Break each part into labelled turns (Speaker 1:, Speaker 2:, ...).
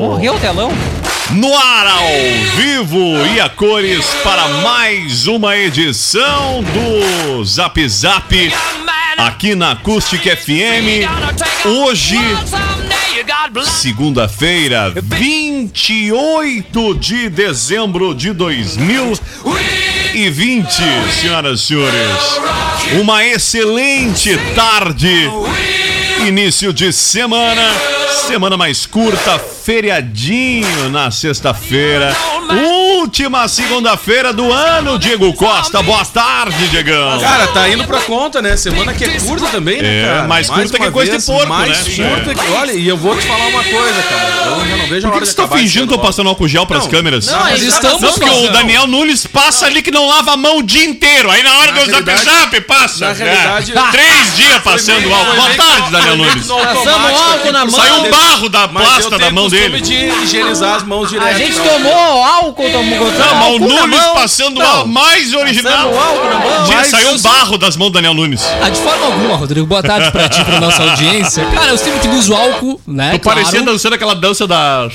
Speaker 1: Morreu o telão?
Speaker 2: No ar ao vivo e a cores para mais uma edição do Zap Zap aqui na Acústica FM. Hoje, segunda-feira, 28 de dezembro de 2020, senhoras e senhores. Uma excelente tarde, início de semana, semana mais curta, feriadinho na sexta-feira. Última segunda-feira do ano, Diego Costa. Boa tarde, Diegão.
Speaker 3: Cara, tá indo pra conta, né? Semana que é curta também, né,
Speaker 2: É,
Speaker 3: cara?
Speaker 2: mais curta
Speaker 3: uma
Speaker 2: que coisa de porco,
Speaker 3: mais
Speaker 2: né?
Speaker 3: curta que... Olha, e eu vou te falar uma coisa, cara. Eu já não vejo a
Speaker 2: Por
Speaker 3: hora
Speaker 2: que
Speaker 3: de
Speaker 2: você tá
Speaker 3: acabar esse
Speaker 2: fingindo que eu tô
Speaker 3: ano logo.
Speaker 2: passando álcool gel pras câmeras?
Speaker 3: Não, é mas estamos
Speaker 2: Não, porque o
Speaker 3: passando.
Speaker 2: Daniel Nunes passa ali que não lava a mão o dia inteiro. Aí na hora
Speaker 3: Na
Speaker 2: do zap
Speaker 3: realidade-
Speaker 2: zap passa.
Speaker 3: na
Speaker 2: É.
Speaker 3: realidade-
Speaker 2: Três dias passando
Speaker 3: meio-
Speaker 2: álcool.
Speaker 3: foi
Speaker 2: tá Boa
Speaker 3: meio
Speaker 2: tarde,
Speaker 3: que-
Speaker 2: Daniel
Speaker 3: foi meio
Speaker 2: Nunes.
Speaker 3: que no
Speaker 1: Passamos
Speaker 3: é automático,
Speaker 1: álcool na
Speaker 3: porque
Speaker 1: mão.
Speaker 2: Saiu um
Speaker 3: sabe-
Speaker 2: barro da
Speaker 3: Mas eu
Speaker 2: plasta
Speaker 3: tenho
Speaker 2: da mão
Speaker 3: costume
Speaker 2: dele.
Speaker 3: de higienizar as mãos direto. né?
Speaker 1: A gente
Speaker 3: não.
Speaker 1: tomou álcool, tomou
Speaker 2: Não, mas o
Speaker 1: álcool na
Speaker 2: Nunes
Speaker 1: mão.
Speaker 2: passando
Speaker 1: Não,
Speaker 2: a mais original.
Speaker 1: passando álcool na mão.
Speaker 2: Dia
Speaker 1: Mas
Speaker 2: saiu
Speaker 1: eu-
Speaker 2: um barro das mãos do Daniel Nunes.
Speaker 4: Ah, de forma alguma, Rodrigo. Boa tarde pra ti, pra nossa audiência. Cara, eu sempre que uso álcool, né? tá
Speaker 2: Tu
Speaker 4: claro,
Speaker 2: parecia dançando aquela dança da.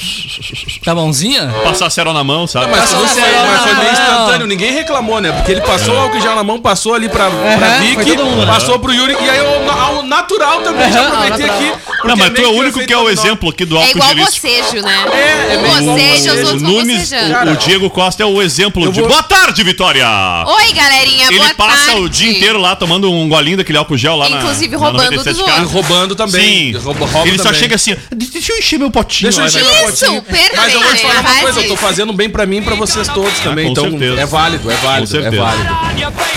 Speaker 4: da mãozinha.
Speaker 2: Passar cerol na mão, sabe?
Speaker 3: Mas foi,
Speaker 4: Passou
Speaker 3: mas
Speaker 4: na
Speaker 3: foi
Speaker 4: mão. É.
Speaker 3: meio instantâneo, ninguém reclamou, né? Porque ele passou o álcool gel na mão, passou ali pra, pra
Speaker 4: Aham, foi
Speaker 3: Vicky,
Speaker 4: todo mundo.
Speaker 3: passou pro Yuri, e aí eu- ao natural também, já
Speaker 4: Aham, ao
Speaker 3: aproveitei
Speaker 4: natural.
Speaker 3: aqui.
Speaker 2: Não,
Speaker 3: porque
Speaker 2: mas tu é
Speaker 3: meio
Speaker 2: o único que é o
Speaker 3: efeito
Speaker 2: exemplo aqui do
Speaker 5: É
Speaker 2: álcool
Speaker 5: igual
Speaker 2: gelisco.
Speaker 5: bocejo, né?
Speaker 3: É, é
Speaker 5: Um
Speaker 3: bem igual
Speaker 5: boceja, os
Speaker 3: bocejo.
Speaker 5: outros vão
Speaker 2: Nunes,
Speaker 5: bocejando.
Speaker 2: o, o Diego Costa é o exemplo
Speaker 3: Eu
Speaker 2: de.
Speaker 3: vou-
Speaker 2: Boa tarde, Vitória!
Speaker 5: Oi,
Speaker 1: É,
Speaker 5: galerinha,
Speaker 2: Ele
Speaker 5: boa
Speaker 2: passa
Speaker 5: tarde.
Speaker 2: o dia inteiro lá tomando um golinho daquele álcool gel lá na-
Speaker 5: Inclusive
Speaker 2: na
Speaker 5: roubando dos
Speaker 2: 97K.
Speaker 3: E
Speaker 4: é
Speaker 5: outros.
Speaker 3: roubando também.
Speaker 2: Sim.
Speaker 3: Rouba- rouba
Speaker 2: ele só
Speaker 3: também.
Speaker 2: chega assim, "De- deixa eu encher meu potinho.
Speaker 3: Deixa eu
Speaker 2: Aí
Speaker 3: encher
Speaker 2: vai-
Speaker 3: meu
Speaker 5: Isso,
Speaker 3: potinho.
Speaker 5: perfeito,
Speaker 3: Mas eu vou te falar uma
Speaker 5: rapazes.
Speaker 3: coisa, eu tô fazendo bem pra mim e pra vocês todos também.
Speaker 2: com
Speaker 3: então
Speaker 2: certeza.
Speaker 3: é válido, é válido,
Speaker 2: Com
Speaker 3: é
Speaker 2: certeza.
Speaker 3: válido.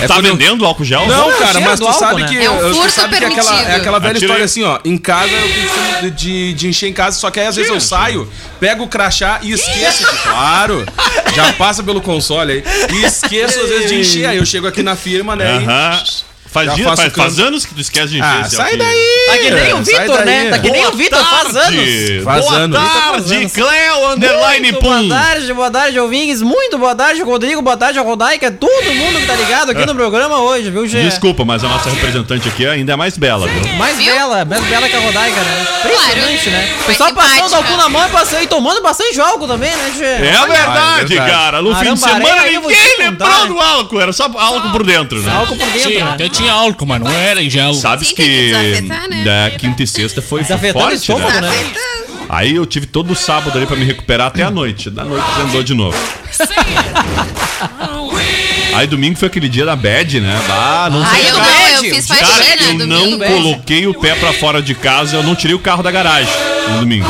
Speaker 3: É
Speaker 2: Tá
Speaker 3: quando eu-
Speaker 2: vendendo álcool gel?
Speaker 3: Não, cara,
Speaker 1: cheiro
Speaker 3: mas
Speaker 1: do
Speaker 3: tu
Speaker 1: álcool,
Speaker 3: sabe
Speaker 1: né?
Speaker 3: que.
Speaker 5: É um
Speaker 3: eu- tu
Speaker 5: furto
Speaker 3: sabe que é aquela,
Speaker 5: permitido.
Speaker 3: é aquela velha
Speaker 2: Atira
Speaker 3: história
Speaker 2: aí.
Speaker 3: assim, ó. Em casa eu costumo de, de, de encher em casa, só que aí às vezes eu saio, pego o crachá e esqueço. que, claro, já passa pelo console aí. E esqueço às vezes de encher. Aí eu chego aqui na firma, né? e-
Speaker 2: Aham. Faz,
Speaker 3: Já
Speaker 2: dia,
Speaker 3: faço
Speaker 2: faz,
Speaker 3: câmbio.
Speaker 2: faz anos que tu esquece de encher
Speaker 3: Ah,
Speaker 2: esse é
Speaker 3: sai
Speaker 2: álcool.
Speaker 3: daí!
Speaker 1: Tá que
Speaker 2: É,
Speaker 1: nem o
Speaker 3: sai
Speaker 1: Vitor, né?
Speaker 3: daí.
Speaker 1: Tá que nem o Vitor, faz anos.
Speaker 3: Faz
Speaker 2: Boa
Speaker 3: anos.
Speaker 2: tarde, Cleo Underline
Speaker 1: Muito
Speaker 2: Pum.
Speaker 1: boa tarde, boa tarde, ouvintes. Muito boa tarde, Rodrigo. Boa tarde, Rodaica. Todo mundo que tá ligado aqui no programa hoje, viu, Gê?
Speaker 2: É. Desculpa, mas a nossa representante aqui ainda é mais bela. viu?
Speaker 1: Mais
Speaker 5: Viu?
Speaker 1: bela, mais bela que a Rodaica, né? Impressionante,
Speaker 5: Claro.
Speaker 1: né? O pessoal passando
Speaker 5: Simpática.
Speaker 1: álcool na mão e passando- e tomando bastante álcool também, né, Gê?
Speaker 2: É verdade,
Speaker 3: Ah, verdade.
Speaker 2: cara. No fim de
Speaker 1: Arambaré,
Speaker 2: semana
Speaker 1: aí eu vou te
Speaker 2: ninguém
Speaker 1: contar,
Speaker 2: lembrou
Speaker 1: hein?
Speaker 2: do álcool, era só álcool por dentro, né?
Speaker 1: Álcool por dentro,
Speaker 4: Sim,
Speaker 1: né?
Speaker 4: eu tinha álcool, mas não era em gel.
Speaker 2: Sabes
Speaker 5: Sim, tem que
Speaker 2: que
Speaker 5: desafetar, né?
Speaker 2: da quinta e sexta foi
Speaker 1: Desafetar o
Speaker 2: forte,
Speaker 1: estômago,
Speaker 2: né?
Speaker 1: né?
Speaker 2: Aí eu tive todo o sábado ali pra me recuperar até a noite. Da noite andou de novo. Aí domingo foi aquele dia da bad, né? Ah, não
Speaker 5: Ai,
Speaker 2: sei.
Speaker 5: eu
Speaker 2: cara.
Speaker 5: não, eu fiz
Speaker 2: Cara,
Speaker 1: né?
Speaker 5: faxina
Speaker 2: eu não
Speaker 5: domingo.
Speaker 2: coloquei o pé pra fora de casa, eu não tirei o carro da garagem no domingo.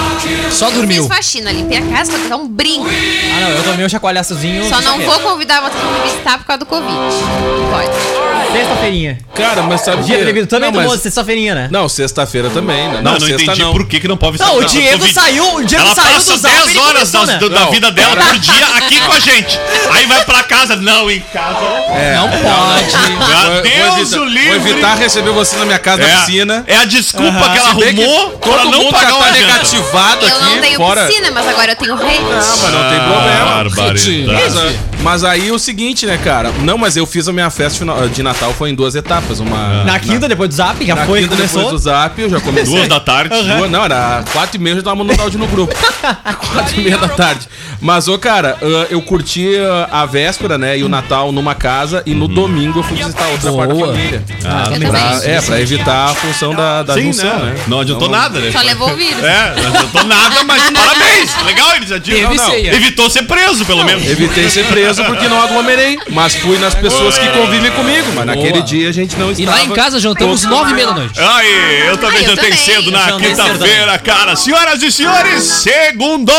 Speaker 4: Só
Speaker 5: Fiz
Speaker 4: dormiu.
Speaker 5: faxina, limpei a casa pra dar um brinco.
Speaker 1: Ah, não, eu tomei um chacoalhaçozinho.
Speaker 5: Só não
Speaker 1: sexta-feira.
Speaker 5: vou convidar vocês pra me visitar por causa do Covid. Não Pode.
Speaker 1: Sexta-feirinha.
Speaker 3: Cara, mas sabe
Speaker 1: Dia
Speaker 3: que-
Speaker 1: proibido. Também
Speaker 3: Não,
Speaker 1: tomou
Speaker 3: mas-
Speaker 1: sexta-feirinha, né?
Speaker 3: Não, sexta-feira também, né?
Speaker 2: Não, não, entendi
Speaker 3: não.
Speaker 2: por que, que não pode
Speaker 1: Não, o
Speaker 2: por
Speaker 1: Diego
Speaker 2: Covid.
Speaker 1: saiu, o Diego
Speaker 2: Ela
Speaker 1: saiu
Speaker 2: passa
Speaker 1: do zap
Speaker 2: 10
Speaker 1: ele
Speaker 2: horas
Speaker 1: começou,
Speaker 2: das-
Speaker 1: né?
Speaker 2: da, da
Speaker 3: Não,
Speaker 2: vida dela por dia aqui com a gente. Aí vai pra casa. Não, em casa.
Speaker 4: Não pode.
Speaker 2: Meu
Speaker 3: É, vou
Speaker 2: Deus,
Speaker 3: evitar-
Speaker 2: o livre.
Speaker 3: Vou evitar receber você na minha casa
Speaker 2: É,
Speaker 3: na piscina.
Speaker 2: é a desculpa que ela
Speaker 3: Se bem que
Speaker 2: arrumou pra
Speaker 3: todo
Speaker 2: não
Speaker 3: mundo
Speaker 2: pagar
Speaker 3: já
Speaker 2: o
Speaker 3: tá
Speaker 2: adianto.
Speaker 3: negativado
Speaker 5: Eu não
Speaker 3: aqui
Speaker 5: tenho
Speaker 3: fora.
Speaker 5: piscina, mas agora eu tenho rede.
Speaker 3: Não, mas não tem
Speaker 2: Ah,
Speaker 3: problema. Mas,
Speaker 2: Barbaridade.
Speaker 3: a- mas aí o seguinte, né, cara? Não, mas eu fiz a minha festa final- de Natal foi em duas etapas,
Speaker 2: Ah.
Speaker 3: uma
Speaker 1: Na quinta, depois do zap, já
Speaker 3: na
Speaker 1: foi,
Speaker 3: quinta depois
Speaker 1: começou.
Speaker 3: do Zap, eu já comecei.
Speaker 2: Duas da tarde.
Speaker 3: Duas, não, era quatro e meia, eu já tava mandando áudio no grupo. quatro e meia da tarde. Mas, ô, cara, ah, eu curti ah, a véspera, né? E o Natal numa casa. E no
Speaker 2: Uhum.
Speaker 3: domingo eu fui visitar outra parte da
Speaker 4: Boa.
Speaker 3: família.
Speaker 5: eu também.
Speaker 3: Pra- é, pra evitar a função da, da
Speaker 2: Ah, Sim,
Speaker 3: junção,
Speaker 2: né?
Speaker 3: né?
Speaker 2: Não adiantou nada, né?
Speaker 5: Só levou o vírus.
Speaker 2: É, não adiantou nada, mas parabéns! Legal a iniciativa.
Speaker 4: Teve
Speaker 2: Não, não.
Speaker 4: ceia.
Speaker 2: Evitou ser preso, pelo menos.
Speaker 3: Evitei ser preso porque não aglomerei. Mas fui nas pessoas que convivem comigo. Mas naquele
Speaker 4: Boa.
Speaker 3: dia a gente não
Speaker 4: E
Speaker 3: estava.
Speaker 4: lá em casa jantamos nove e meia da noite.
Speaker 2: Aí, eu também
Speaker 5: Ai, eu
Speaker 2: jantei
Speaker 5: também.
Speaker 2: cedo
Speaker 4: Eu
Speaker 2: na
Speaker 4: jantei cedo
Speaker 2: quinta-feira, cara. Senhoras e senhores, segundou!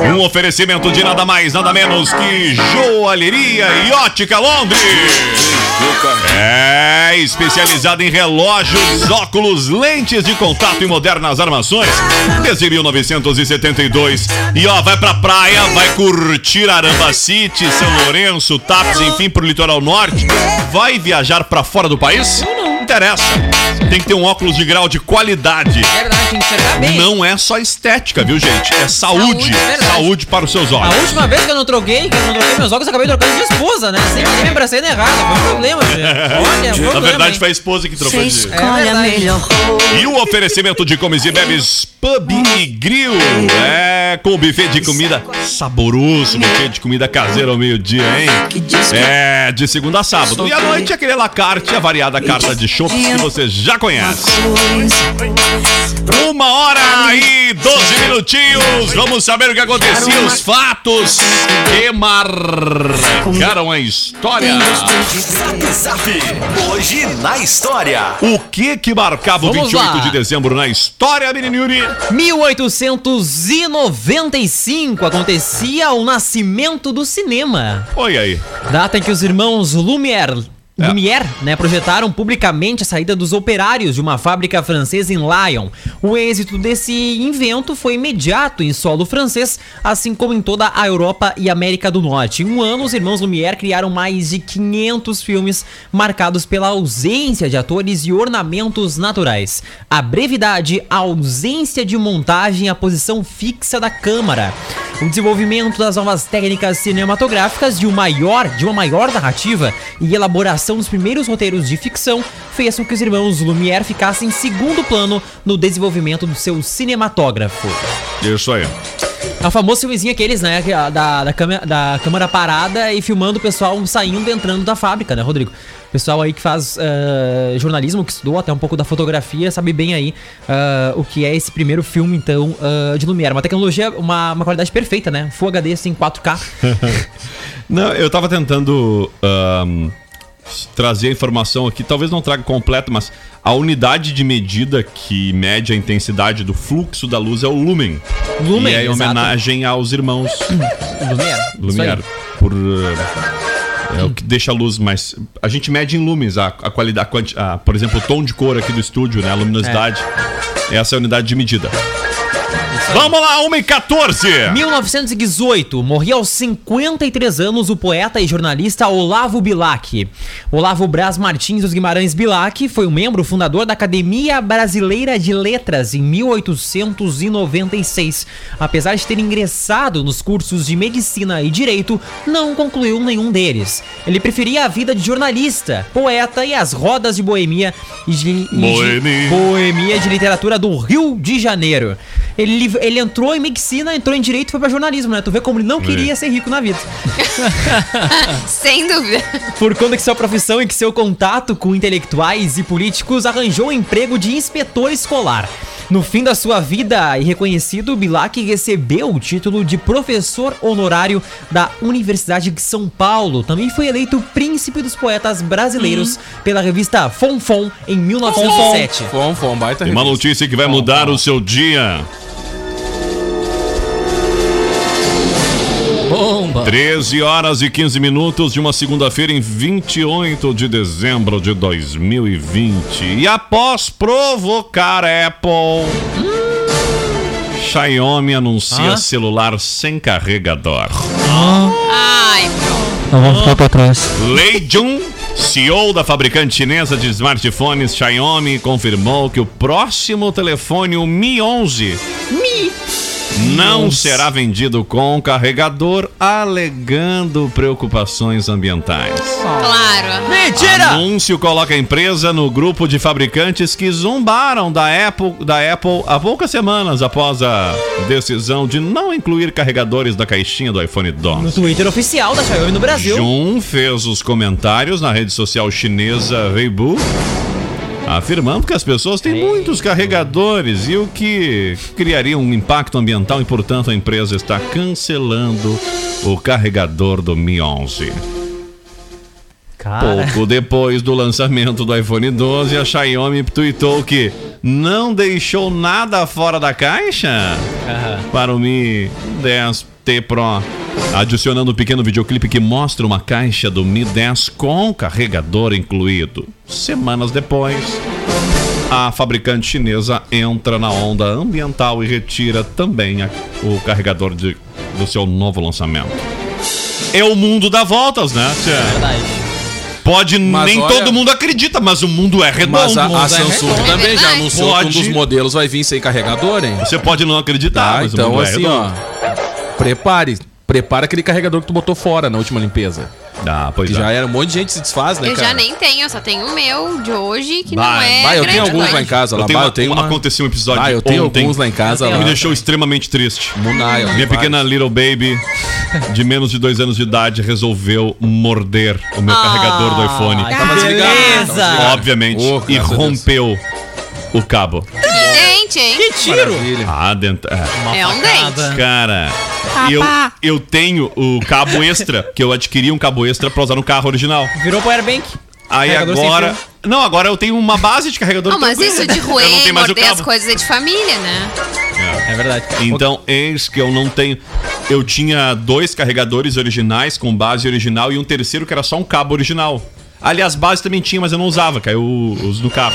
Speaker 2: Um oferecimento de nada mais, nada menos que Joalheria e Ótica Londres. É, especializada em relógios, óculos, lentes de contato e modernas armações. Desde 1972. E ó, vai pra praia, vai curtir Aramba City, São Lourenço, Taps, enfim, pro litoral norte. Vai viajar pra fora do país? Não interessa. Tem que ter um óculos de grau de qualidade.
Speaker 1: É verdade, tem que enxergar bem.
Speaker 2: Não é só estética, viu, gente? É saúde.
Speaker 5: Saúde, verdade.
Speaker 2: Saúde para os seus
Speaker 1: A
Speaker 2: olhos.
Speaker 1: última vez que eu não troquei, que eu não troquei meus óculos, eu acabei trocando de esposa, né? Sem querer me abracei na errada. Foi um problema, gente. Olha, foi um
Speaker 2: Na
Speaker 1: problema,
Speaker 2: verdade,
Speaker 1: hein?
Speaker 2: foi a esposa que trocou de.
Speaker 1: É verdade.
Speaker 2: E o oferecimento de comes e bebes Pub e Grill. É, com buffet de comida saboroso, buffet de comida caseira ao meio-dia, hein? É, de segunda a sábado. E à noite aquele lacarte, a variada carta de chopp que você já conhece. Uma hora e 12 minutinhos. Vamos saber o que acontecia, os fatos que marcaram a história.
Speaker 1: Um
Speaker 6: Hoje na história.
Speaker 2: O que que marcava o
Speaker 1: Vamos
Speaker 2: 28
Speaker 1: lá.
Speaker 2: de dezembro na história, menino Yuri?
Speaker 1: 1895 acontecia o nascimento do cinema.
Speaker 2: Olha aí.
Speaker 1: Data em que os irmãos Lumière. Lumière, né, projetaram publicamente a saída dos operários de uma fábrica francesa em Lyon. O êxito desse invento foi imediato em solo francês, assim como em toda a Europa e América do Norte. Em um ano, os irmãos Lumière criaram mais de 500 filmes marcados pela ausência de atores e ornamentos naturais. A brevidade, a ausência de montagem, a posição fixa da câmara. O desenvolvimento das novas técnicas cinematográficas e o maior de uma maior narrativa e elaboração dos primeiros roteiros de ficção fez com que os irmãos Lumière ficassem em segundo plano no desenvolvimento do seu cinematógrafo.
Speaker 2: Isso aí.
Speaker 1: É o famoso filmezinho aqueles, né, que a- da, da, câmera, da câmera parada e filmando o pessoal saindo e entrando da fábrica, né, Rodrigo? O pessoal aí que faz eh, jornalismo, que estudou até um pouco da fotografia, sabe bem aí ah, o que é esse primeiro filme, então, ah, de Lumière. Uma tecnologia, uma, uma qualidade perfeita, né? Full HD, assim, 4K.
Speaker 2: Não, eu tava tentando ahn, trazer a informação aqui, talvez não traga completo, mas a unidade de medida que mede a intensidade do fluxo da luz é o lumen.
Speaker 1: Lumen,
Speaker 2: e é em
Speaker 1: exato.
Speaker 2: homenagem aos irmãos
Speaker 1: Lumière. isso
Speaker 2: Lumière.
Speaker 1: aí.
Speaker 2: Por, ah, é o que deixa a luz mais. A gente mede em lumens a, a qualidade, a quanti- a, por exemplo, o tom de cor aqui do estúdio, né? A luminosidade. Essa é a unidade de medida. Vamos lá, 1 e 14!
Speaker 1: 1918, morria aos 53 anos o poeta e jornalista Olavo Bilac. Olavo Braz Martins dos Guimarães Bilac foi um membro fundador da Academia Brasileira de Letras em 1896. Apesar de ter ingressado nos cursos de Medicina e Direito, não concluiu nenhum deles. Ele preferia a vida de jornalista, poeta e as rodas de boemia e de, e de-
Speaker 2: Boemia.
Speaker 1: Boemia de Literatura do Rio de Janeiro. Ele, liv- ele entrou em medicina, entrou em direito e foi pra jornalismo, né? Tu vê como ele não queria ser rico na vida.
Speaker 5: Sem dúvida.
Speaker 1: Por conta que sua profissão e que seu contato com intelectuais e políticos arranjou o emprego de inspetor escolar. No fim da sua vida e reconhecido, Bilac recebeu o título de professor honorário da Universidade de São Paulo. Também foi eleito príncipe dos poetas brasileiros pela revista Fonfon em 1907.
Speaker 3: Fom, fom, baita
Speaker 2: Tem uma
Speaker 3: revista.
Speaker 2: notícia que vai mudar o seu dia.
Speaker 4: Bomba.
Speaker 2: 13 horas e 15 minutos de uma segunda-feira em 28 de dezembro de 2020. E após provocar a Apple, Xiaomi anuncia
Speaker 1: Ah?
Speaker 2: celular sem carregador.
Speaker 5: Ai,
Speaker 1: Não vamos ficar pra trás.
Speaker 2: Lei Jun, CEO da fabricante chinesa de smartphones Xiaomi, confirmou que o próximo telefone, o Mi 11, Mi, não
Speaker 1: Nossa.
Speaker 2: será vendido com carregador, alegando preocupações ambientais.
Speaker 5: Claro.
Speaker 1: Mentira!
Speaker 2: Anúncio coloca a empresa no grupo de fabricantes que zombaram da Apple, da Apple há poucas semanas após a decisão de não incluir carregadores da caixinha do iPhone 12.
Speaker 1: No Twitter oficial da Xiaomi no Brasil.
Speaker 2: Jun fez os comentários na rede social chinesa Weibo, afirmando que as pessoas têm muitos carregadores e o que criaria um impacto ambiental e, portanto, a empresa está cancelando o carregador do Mi 11.
Speaker 1: Cara.
Speaker 2: Pouco depois do lançamento do iPhone 12, a Xiaomi tweetou que não deixou nada fora da caixa para o Mi 10T Pro, adicionando um pequeno videoclipe que mostra uma caixa do Mi 10 com carregador incluído. Semanas depois, a fabricante chinesa entra na onda ambiental e retira também a- o carregador de- do seu novo lançamento. É o mundo dá voltas, né? Tia?
Speaker 1: Verdade.
Speaker 2: Pode,
Speaker 3: Mas
Speaker 2: nem
Speaker 3: olha-
Speaker 2: todo mundo acredita, mas o mundo é redondo.
Speaker 3: Mas a, a
Speaker 2: Mundo é
Speaker 3: Samsung
Speaker 2: redondo.
Speaker 3: também já
Speaker 5: Pode.
Speaker 3: anunciou que um dos modelos vai vir sem carregador, hein?
Speaker 2: Você pode não acreditar,
Speaker 3: Tá,
Speaker 2: mas o
Speaker 3: então
Speaker 2: mundo
Speaker 3: assim,
Speaker 2: é
Speaker 3: ó.
Speaker 2: redondo.
Speaker 3: Prepare. Prepara aquele carregador que tu botou fora na última limpeza.
Speaker 2: Ah, pois
Speaker 3: Que já
Speaker 2: é.
Speaker 3: era um monte de gente se desfaz, né,
Speaker 5: Eu
Speaker 3: cara?
Speaker 5: já nem tenho, eu só tenho o meu de hoje, que não
Speaker 2: Vai,
Speaker 5: é.
Speaker 3: Vai, eu tenho
Speaker 5: grande
Speaker 3: alguns lá em
Speaker 5: coisa.
Speaker 3: casa.
Speaker 2: Eu
Speaker 3: Lá,
Speaker 2: tenho
Speaker 3: vai,
Speaker 2: uma-
Speaker 3: eu tenho uma...
Speaker 2: Aconteceu um episódio
Speaker 3: Ah, eu tenho
Speaker 2: ontem
Speaker 3: alguns lá em casa.
Speaker 2: que
Speaker 3: Lá.
Speaker 2: me deixou extremamente triste.
Speaker 3: Munai, ó,
Speaker 2: Minha
Speaker 3: vários.
Speaker 2: pequena little baby, de menos de dois anos de idade, resolveu morder o
Speaker 1: Ah.
Speaker 2: meu carregador do iPhone.
Speaker 1: que
Speaker 3: Tava desligado, tava
Speaker 1: beleza!
Speaker 3: desligado.
Speaker 2: Obviamente.
Speaker 3: Oh,
Speaker 2: e
Speaker 3: graças a Deus.
Speaker 2: rompeu o cabo.
Speaker 5: Dente, hein?
Speaker 1: Que tiro!
Speaker 3: Maravilha.
Speaker 2: Ah, dentro. é.
Speaker 5: É um
Speaker 1: facada.
Speaker 2: Cara, eu, eu tenho o cabo extra, que eu adquiri um cabo extra pra usar no carro original.
Speaker 1: Virou powerbank.
Speaker 2: Aí
Speaker 1: Carregador sem
Speaker 2: agora. Não, agora eu tenho uma base de carregador.
Speaker 5: Não, mas
Speaker 2: tranquilo.
Speaker 5: isso de
Speaker 2: Eu não
Speaker 5: ruim,
Speaker 2: tenho mais o
Speaker 5: morder as
Speaker 2: cabo.
Speaker 5: coisas é de família, né?
Speaker 1: É verdade.
Speaker 2: Então, eis que eu não tenho. Eu tinha dois carregadores originais com base original e um terceiro que era só um cabo original. Aliás, base também tinha, mas eu não usava, caiu os no cabo.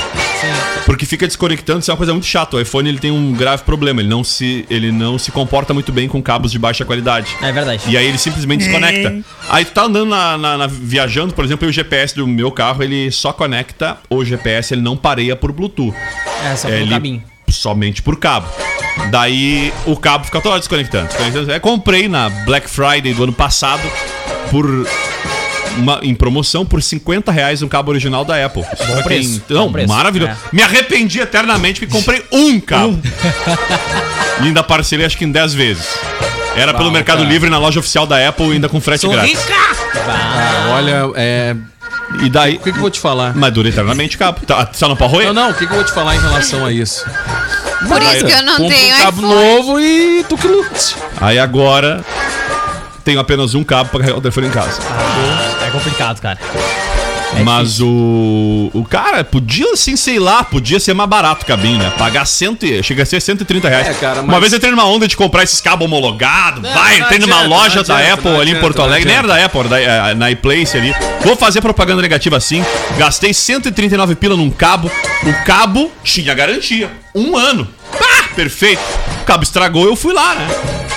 Speaker 2: Porque fica desconectando, isso é uma coisa muito chata. O iPhone ele tem um grave problema, ele não se, ele não se comporta muito bem com cabos de baixa qualidade.
Speaker 1: É verdade.
Speaker 2: E aí ele simplesmente desconecta. Aí tu tá andando na, na- na- viajando, por exemplo, e o GPS do meu carro, ele só conecta o GPS, ele não pareia por Bluetooth.
Speaker 1: É, só
Speaker 2: É,
Speaker 1: pelo
Speaker 2: ele-
Speaker 1: caminho.
Speaker 2: Somente por cabo. Daí o cabo fica toda hora desconectando. desconectando. É, comprei na Black Friday do ano passado por. uma- em promoção por 50 reais um cabo original da Apple. Isso pra
Speaker 1: preço,
Speaker 2: Não,
Speaker 1: bom preço,
Speaker 2: maravilhoso.
Speaker 1: é.
Speaker 2: Me arrependi eternamente que comprei um cabo.
Speaker 1: Um.
Speaker 2: e ainda parcelei acho que em 10 vezes. Era pelo Mercado Livre na loja oficial da Apple, ainda com frete grátis.
Speaker 3: Ah, olha, é...
Speaker 2: E daí.
Speaker 3: O que que eu vou te falar?
Speaker 2: Mas dura eternamente o cabo. Tá, tá no parroia?
Speaker 3: Não, não, o que, que eu vou te falar em relação a isso?
Speaker 5: Por isso que eu não
Speaker 3: Compra
Speaker 5: tenho
Speaker 3: um cabo
Speaker 5: iPhone.
Speaker 3: novo e tu que lute.
Speaker 2: Aí agora tenho apenas um cabo pra carregar o telefone em casa.
Speaker 1: É complicado, cara.
Speaker 3: É
Speaker 2: Mas o. O cara podia assim, sei lá, podia ser mais barato o cabinho, né? Pagar cento, e- chega a ser 130 reais.
Speaker 3: É, cara, mas-
Speaker 2: Uma vez eu entrei numa onda de comprar esses cabos homologados, vai,
Speaker 3: não
Speaker 2: entrei numa
Speaker 3: adianta,
Speaker 2: loja
Speaker 3: não
Speaker 2: da
Speaker 3: adianta,
Speaker 2: Apple
Speaker 3: não
Speaker 2: ali em
Speaker 3: adianta,
Speaker 2: Porto
Speaker 3: não
Speaker 2: Alegre. Nem era
Speaker 3: adianta.
Speaker 2: da Apple, era da, eh, na iPlace ali. Vou fazer propaganda negativa assim. Gastei 139 pila num cabo. O cabo tinha garantia. Um ano. Pá, perfeito. O cabo estragou, eu fui lá, né?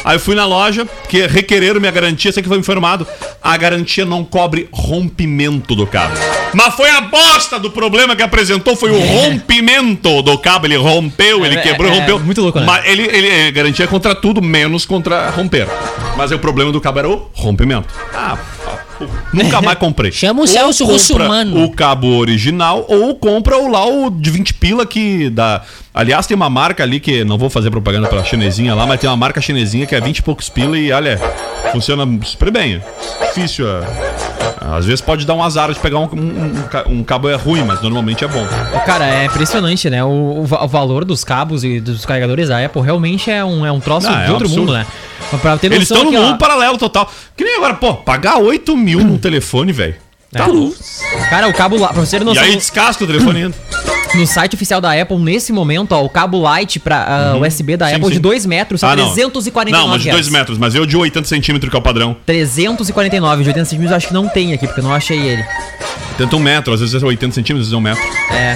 Speaker 2: Aí eu fui na loja, que requereram minha garantia, sei que foi informado. A garantia não cobre rompimento do cabo. Mas foi a bosta do problema que apresentou, foi o rompimento do cabo. Ele rompeu, ele
Speaker 1: É,
Speaker 2: quebrou,
Speaker 1: é, é
Speaker 2: rompeu.
Speaker 1: muito louco, né?
Speaker 2: Mas ele, ele é garantia contra tudo, menos contra romper. Mas aí o problema do cabo era o rompimento. Ah, pá, nunca mais comprei.
Speaker 4: Chama o
Speaker 2: Ou
Speaker 4: Celso
Speaker 2: compra
Speaker 4: Russomano.
Speaker 2: O cabo original ou compra o lá o de 20 pila que dá. Aliás, tem uma marca ali que não vou fazer propaganda pra chinesinha lá, mas tem uma marca chinesinha que é 20 e poucos pila e olha, funciona super bem. Difícil. é. Às vezes pode dar um azar de pegar um, um- um ca- um cabo é ruim, mas normalmente é bom.
Speaker 1: Ô, Cara, é impressionante, né? O, o va- o valor dos cabos e dos carregadores da Apple realmente é um, é um troço
Speaker 2: Ah, é
Speaker 1: de
Speaker 2: um
Speaker 1: outro
Speaker 2: absurdo.
Speaker 1: mundo, né? Pra ter
Speaker 2: Eles
Speaker 1: noção
Speaker 2: estão no
Speaker 1: aqui, ó,
Speaker 2: mundo paralelo total. Que nem agora, pô, pagar 8 mil num telefone, velho. Tá
Speaker 1: É.
Speaker 2: louco.
Speaker 1: Cara, o cabo lá, pra você ter
Speaker 2: E
Speaker 1: noção,
Speaker 2: aí descasca o telefone ainda.
Speaker 1: no site oficial da Apple, nesse momento, ó, o cabo light pra ah, USB da
Speaker 2: Uhum. Sim,
Speaker 1: Apple de
Speaker 2: sim.
Speaker 1: 2 metros, tá
Speaker 2: Ah, não.
Speaker 1: 349
Speaker 2: Não, mas de 2
Speaker 1: reais.
Speaker 2: metros, mas eu de 80 centímetros, que é o padrão.
Speaker 1: 349, de 80 centímetros, acho que não tem aqui, porque eu não achei ele.
Speaker 2: Tenta um metro, às vezes é 80 centímetros, às vezes é um metro.
Speaker 1: É.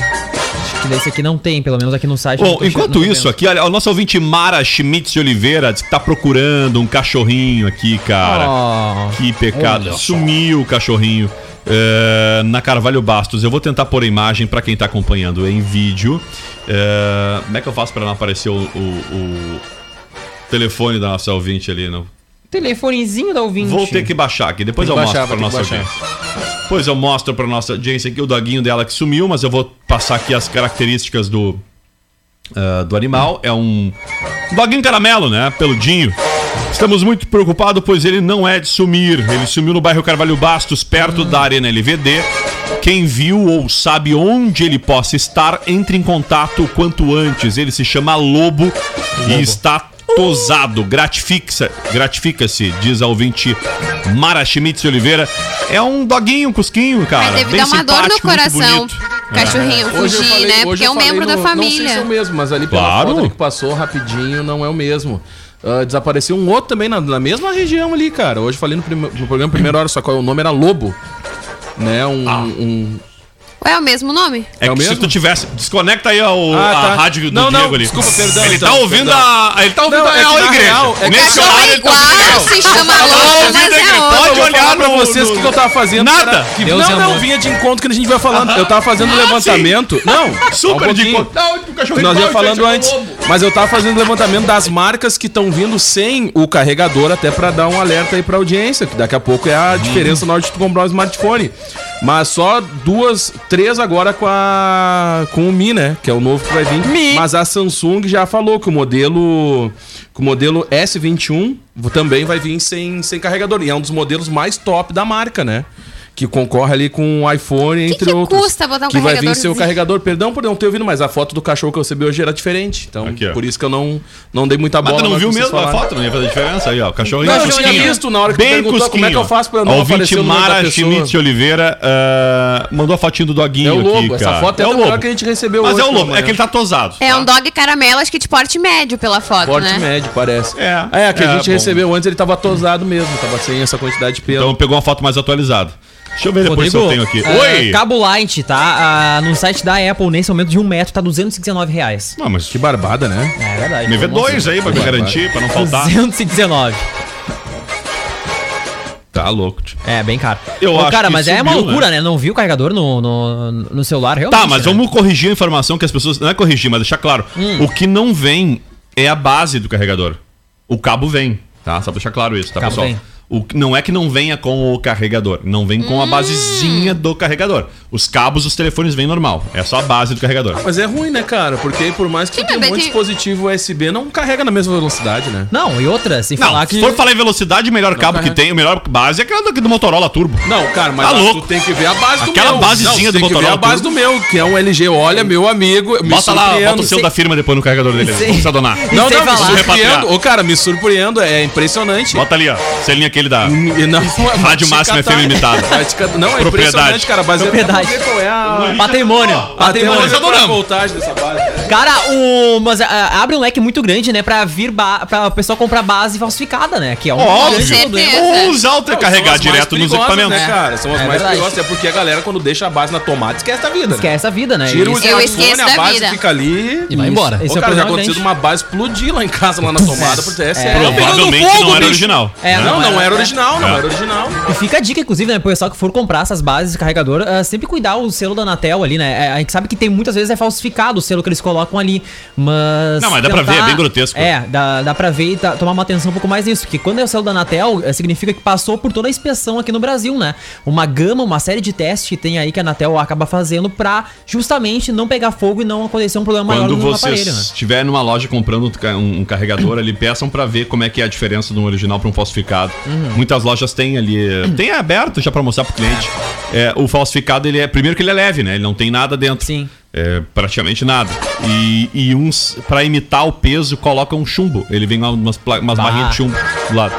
Speaker 1: Acho que desse aqui não tem, pelo menos aqui no site. não
Speaker 2: Bom,
Speaker 1: tô
Speaker 2: enquanto
Speaker 1: achando, não tô
Speaker 2: isso
Speaker 1: vendo.
Speaker 2: aqui, olha, o nosso ouvinte Mara Schmitz de Oliveira diz que tá procurando um cachorrinho aqui, cara.
Speaker 1: Ó.
Speaker 2: Que pecado. Sumiu o cachorrinho. É, na Carvalho Bastos. Eu vou tentar pôr a imagem pra quem tá Eh, acompanhando em vídeo. É, como é que eu faço pra não aparecer o. o- o- telefone da nossa ouvinte ali, não.
Speaker 1: Telefonezinho da ouvinte.
Speaker 2: Vou ter que baixar aqui, depois
Speaker 4: Tem
Speaker 2: eu
Speaker 4: que
Speaker 2: mostro
Speaker 4: baixar,
Speaker 2: pra
Speaker 4: vai ter
Speaker 2: nossa
Speaker 4: que
Speaker 2: audiência. Depois eu mostro pra nossa audiência aqui o doguinho dela que sumiu, mas eu vou passar aqui as características do, ah, do animal. É um doguinho caramelo, né? Peludinho. Estamos muito preocupados, pois ele não é de sumir. Ele sumiu no bairro Carvalho Bastos, perto da Arena LVD. Quem viu ou sabe onde ele possa estar, entre em contato o quanto antes. Ele se chama Lobo, e está tosado. Gratifica-se, gratifica-se, diz a ouvinte Mara Schmitz Oliveira. É um doguinho, um cusquinho, cara.
Speaker 5: Mas deve
Speaker 2: bem
Speaker 5: dar uma dor no
Speaker 2: simpático, muito
Speaker 5: coração.
Speaker 2: bonito. É.
Speaker 5: Cachorrinho
Speaker 7: Hoje eu
Speaker 5: fugir,
Speaker 7: falei-
Speaker 5: né?
Speaker 7: hoje
Speaker 5: Porque
Speaker 7: eu
Speaker 5: é um
Speaker 7: falei
Speaker 5: membro da
Speaker 7: no- Não sei se é o
Speaker 5: família.
Speaker 7: mesmo, mas ali pela
Speaker 2: Claro.
Speaker 7: foto ali que passou rapidinho não é o mesmo. Ah, desapareceu um outro também na, na mesma região ali, cara. Hoje eu falei no, prime- no programa Primeira Hora, só que o nome era Lobo. Né, um...
Speaker 3: Ah.
Speaker 7: um-
Speaker 5: É o mesmo nome?
Speaker 2: É,
Speaker 7: É o
Speaker 2: que se
Speaker 7: mesmo?
Speaker 2: tu tivesse. Desconecta aí o-
Speaker 3: Ah,
Speaker 2: a
Speaker 3: tá.
Speaker 2: rádio do
Speaker 3: Não, não,
Speaker 2: Diego ali.
Speaker 3: desculpa, perdão,
Speaker 2: Ele tá
Speaker 3: então,
Speaker 2: ouvindo
Speaker 3: perdão.
Speaker 2: a. Ele tá ouvindo
Speaker 3: Não,
Speaker 2: a
Speaker 3: é que
Speaker 2: real
Speaker 3: na
Speaker 2: igreja.
Speaker 3: real, é que
Speaker 2: Nesse
Speaker 5: Cachorro
Speaker 2: horário
Speaker 5: é
Speaker 2: ele tá ouvindo a
Speaker 5: igual,
Speaker 2: real.
Speaker 5: se chama
Speaker 2: Alô,
Speaker 5: Lobo, mas
Speaker 2: vida que-
Speaker 5: é outro.
Speaker 2: Pode
Speaker 3: Eu vou falar
Speaker 2: olhar
Speaker 3: pra
Speaker 2: pra
Speaker 3: vocês o que que eu tava fazendo.
Speaker 2: Nada.
Speaker 3: cara, Que,
Speaker 4: Deus é
Speaker 3: não, não,
Speaker 4: amor.
Speaker 3: vinha de encontro que a gente vai falando. Ah, Eu tava fazendo levantamento. Não, só
Speaker 2: Super
Speaker 3: um
Speaker 2: de
Speaker 3: pouquinho.
Speaker 2: Não, o cachorrinho
Speaker 3: Nós
Speaker 2: tá,
Speaker 3: ia
Speaker 2: gente, é
Speaker 3: falando
Speaker 2: um
Speaker 3: antes,
Speaker 2: lobo.
Speaker 3: mas eu tava fazendo levantamento das marcas que estão vindo sem o carregador, até pra dar um alerta aí pra audiência, que daqui a pouco é
Speaker 2: Hum.
Speaker 3: a diferença na hora de tu comprar um smartphone. Mas só duas, três agora com a com o Mi, né, que é o novo que vai vir. Mas a Samsung já falou que o modelo que o modelo S21 também vai vir sem, sem carregador, e é um dos modelos mais top da marca, né? Que concorre ali com o iPhone, entre
Speaker 5: que
Speaker 3: outros.
Speaker 5: custa botar um
Speaker 3: que vai vir ser o
Speaker 5: carregadorzinho?
Speaker 3: carregador. Perdão por não ter ouvido, mas a foto do cachorro que eu recebi hoje era diferente. Então,
Speaker 2: Aqui, ó.
Speaker 3: por isso que eu não, não dei muita
Speaker 2: Mas
Speaker 3: bola.
Speaker 2: tu
Speaker 3: na
Speaker 2: não
Speaker 3: hora
Speaker 2: viu
Speaker 3: que vocês
Speaker 2: mesmo a
Speaker 3: falaram.
Speaker 2: foto? Não ia fazer diferença aí, ó. O Cachorrinho
Speaker 3: Não, eu
Speaker 2: cusquinho.
Speaker 3: tinha visto na hora que
Speaker 2: Bem
Speaker 3: perguntou
Speaker 2: cusquinho.
Speaker 3: como é que eu faço pra não
Speaker 2: A ouvinte
Speaker 3: aparecer o nome da
Speaker 2: Mara
Speaker 3: pessoa.
Speaker 2: Schmidt Oliveira ah, mandou a fotinho do doguinho
Speaker 3: É o lobo.
Speaker 2: aqui, cara.
Speaker 3: Essa foto é,
Speaker 2: é
Speaker 3: a
Speaker 2: o
Speaker 3: melhor
Speaker 2: lobo.
Speaker 3: que a gente recebeu
Speaker 2: Mas
Speaker 3: hoje.
Speaker 2: é o
Speaker 3: pela
Speaker 2: lobo, é
Speaker 3: manhã.
Speaker 2: que ele tá tosado.
Speaker 5: É um dog caramelo, acho que de porte médio pela foto,
Speaker 3: Porte
Speaker 5: né?
Speaker 3: médio, parece.
Speaker 2: É.
Speaker 3: É, a que
Speaker 2: É,
Speaker 3: a gente
Speaker 2: bom.
Speaker 3: recebeu antes, ele tava tosado mesmo. Tava sem essa quantidade de pelo.
Speaker 2: Então pegou uma foto mais atualizada. Deixa eu ver depois se eu tenho aqui.
Speaker 1: é,
Speaker 2: Oi!
Speaker 1: Cabo Light, tá? Ah, no site da Apple, nesse momento de um metro, tá R$ 219 reais.
Speaker 2: Não, mas
Speaker 3: que barbada, né?
Speaker 1: É verdade.
Speaker 2: me vê
Speaker 1: Nossa,
Speaker 2: dois aí pra me garantir, pra não faltar.
Speaker 1: 219.
Speaker 2: Tá louco, tio.
Speaker 1: É, bem caro.
Speaker 2: Eu
Speaker 1: Ô,
Speaker 2: acho
Speaker 1: cara,
Speaker 2: que
Speaker 1: mas é uma
Speaker 2: subiu,
Speaker 1: loucura, né? Não viu o carregador no, no, no celular, realmente.
Speaker 2: Tá, mas
Speaker 1: né?
Speaker 2: vamos corrigir a informação que as pessoas. Não é corrigir, mas deixar claro.
Speaker 1: Hum.
Speaker 2: O que não vem é a base do carregador. O cabo vem, tá? Só pra deixar claro isso, tá,
Speaker 1: Cabo
Speaker 2: pessoal?
Speaker 1: vem.
Speaker 2: O, que- não é que não venha com o carregador, não vem
Speaker 1: Hum.
Speaker 2: com a basezinha do carregador. Os cabos, os telefones vêm normal. É só a base do carregador.
Speaker 3: Mas é ruim, né, cara? Porque por mais que
Speaker 5: Sim,
Speaker 3: tu tenha um
Speaker 5: mas
Speaker 3: monte
Speaker 5: é
Speaker 3: de
Speaker 5: que-
Speaker 3: dispositivo USB, não carrega na mesma velocidade, né?
Speaker 1: Não, e outra, se
Speaker 2: Não,
Speaker 1: falar
Speaker 2: se
Speaker 1: que.
Speaker 2: for falar em velocidade, o melhor cabo que
Speaker 3: carrega.
Speaker 2: tem, o melhor base é aquela do, do Motorola Turbo.
Speaker 3: Não, cara, mas
Speaker 2: Tá
Speaker 3: tu
Speaker 2: louco.
Speaker 3: tem que ver a base
Speaker 2: Aquela
Speaker 3: do meu.
Speaker 2: basezinha
Speaker 3: Não,
Speaker 2: do
Speaker 3: tu tem que ver
Speaker 2: Motorola
Speaker 3: a base do
Speaker 2: Turbo.
Speaker 3: meu, que é um LG. Olha, meu amigo, me
Speaker 2: Bota lá, bota o
Speaker 3: surpreendo.
Speaker 2: seu
Speaker 1: Sim.
Speaker 2: da firma depois no carregador dele.
Speaker 1: Sim.
Speaker 2: Não precisa donar.
Speaker 3: Não,
Speaker 1: Sem
Speaker 3: não, me
Speaker 1: falar.
Speaker 3: surpreendo. Ô, cara, me surpreendo. É impressionante.
Speaker 2: Bota ali, ó. Selinha aquele da.
Speaker 3: E não, vai te
Speaker 2: Máxima
Speaker 3: catar.
Speaker 2: FM Limitada.
Speaker 3: Vai te catar. Não, é
Speaker 2: Propriedade.
Speaker 3: impressionante, cara. Mas
Speaker 1: Propriedade.
Speaker 3: Eu quero ver qual é Ah, a...
Speaker 1: Patrimônio.
Speaker 3: Até
Speaker 1: Patrimônio.
Speaker 3: hoje eu
Speaker 2: adoramos.
Speaker 3: a voltagem dessa
Speaker 2: é.
Speaker 3: base. né?
Speaker 1: Cara, o. Mas ah, abre um leque muito grande, né? Pra vir ba... pra o pessoal comprar base falsificada, né? Que é um
Speaker 2: Óbvio.
Speaker 1: grande problema.
Speaker 2: Ou usar o carregar
Speaker 3: São as mais
Speaker 2: direto nos
Speaker 3: perigosas,
Speaker 2: equipamentos.
Speaker 3: Né, cara? São as
Speaker 1: É
Speaker 3: mais
Speaker 1: verdade.
Speaker 3: perigosas. É porque a galera, quando deixa a base na tomada, esquece da vida. né?
Speaker 1: Esquece a vida, né?
Speaker 3: Tira o
Speaker 1: Isso-
Speaker 5: Eu
Speaker 3: smartphone,
Speaker 5: esqueço
Speaker 3: a
Speaker 5: da
Speaker 3: base
Speaker 5: vida.
Speaker 3: fica ali.
Speaker 1: E vai embora.
Speaker 3: Ô,
Speaker 1: Esse é o
Speaker 3: cara, já
Speaker 1: problema
Speaker 3: aconteceu
Speaker 1: grande.
Speaker 3: uma base explodir lá em casa, lá na tomada, porque é sério.
Speaker 2: Provavelmente
Speaker 4: Pegando
Speaker 2: não
Speaker 4: fogo,
Speaker 2: era
Speaker 4: bicho.
Speaker 2: original.
Speaker 1: É,
Speaker 3: Não, não era
Speaker 1: né?
Speaker 3: original, não
Speaker 2: É.
Speaker 3: era original.
Speaker 1: E fica a dica, inclusive, né, pro pessoal que for comprar essas bases de carregador, ah, sempre cuidar o selo da Anatel ali, né? É, A gente sabe que tem muitas vezes é falsificado o selo que eles colocam ali, mas...
Speaker 2: Não, mas dá pra ver, é bem grotesco.
Speaker 1: É, dá, dá pra ver e tá- tomar uma atenção um pouco mais nisso, porque quando é o selo da Anatel, eh, significa que passou por toda a inspeção aqui no Brasil, né? Uma gama, uma série de testes que tem aí que a Anatel acaba fazendo pra justamente não pegar fogo e não acontecer um problema
Speaker 2: Quando
Speaker 1: maior no
Speaker 2: você
Speaker 1: aparelho, né?
Speaker 2: estiver numa loja comprando um ca- um, um carregador ali, peçam pra ver como é que é a diferença de um original pra um falsificado.
Speaker 1: Uhum.
Speaker 2: Muitas lojas têm ali, eh, tem aberto já pra mostrar pro cliente. É, o falsificado ele é primeiro que ele é leve, né? Ele não tem nada dentro.
Speaker 1: Sim.
Speaker 2: É, praticamente nada. E, e uns pra imitar o peso colocam um chumbo. Ele vem lá umas, pla- umas
Speaker 1: Bah.
Speaker 2: barrinhas de chumbo do lado.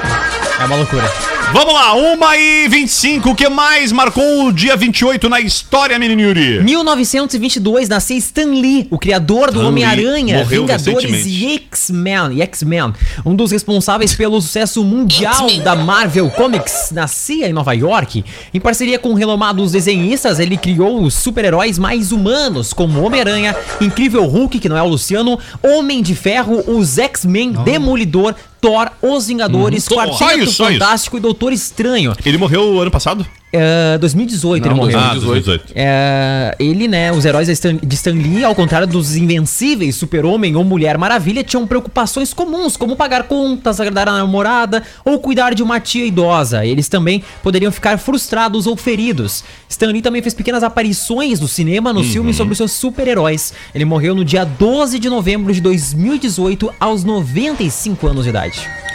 Speaker 1: É uma loucura.
Speaker 2: Vamos lá, 1 e 25. O que mais marcou o dia 28 na história, menino Yuri?
Speaker 1: 1922 nasceu Stan Lee, o criador
Speaker 2: Stan
Speaker 1: do
Speaker 2: Lee
Speaker 1: Homem-Aranha,
Speaker 2: morreu
Speaker 1: Vingadores e X-Men, e X-Men, um dos responsáveis pelo sucesso mundial da Marvel Comics, nascia em Nova York. Em parceria com renomados desenhistas, ele criou os super-heróis mais humanos, como Homem-Aranha, Incrível Hulk, que não é o Luciano, Homem de Ferro, os X-Men, Demolidor, Thor, Os Vingadores,
Speaker 2: Uhum. Thor. Só
Speaker 1: Quarteto
Speaker 2: isso, só isso.
Speaker 1: Fantástico e Doutor Estranho.
Speaker 2: Ele morreu ano passado?
Speaker 1: eh, 2018 ele
Speaker 7: Não,
Speaker 1: morreu.
Speaker 2: Ah,
Speaker 7: 2018.
Speaker 2: 2018.
Speaker 1: É, ele, né, os heróis da Stan- de Stan Lee, ao contrário dos invencíveis Super-Homem ou Mulher Maravilha, tinham preocupações comuns, como pagar contas, agradar a namorada ou cuidar de uma tia idosa. Eles também poderiam ficar frustrados ou feridos. Stan Lee também fez pequenas aparições no cinema nos filmes sobre os seus super-heróis. Ele morreu no dia 12 de novembro de 2018, aos 95 anos de idade.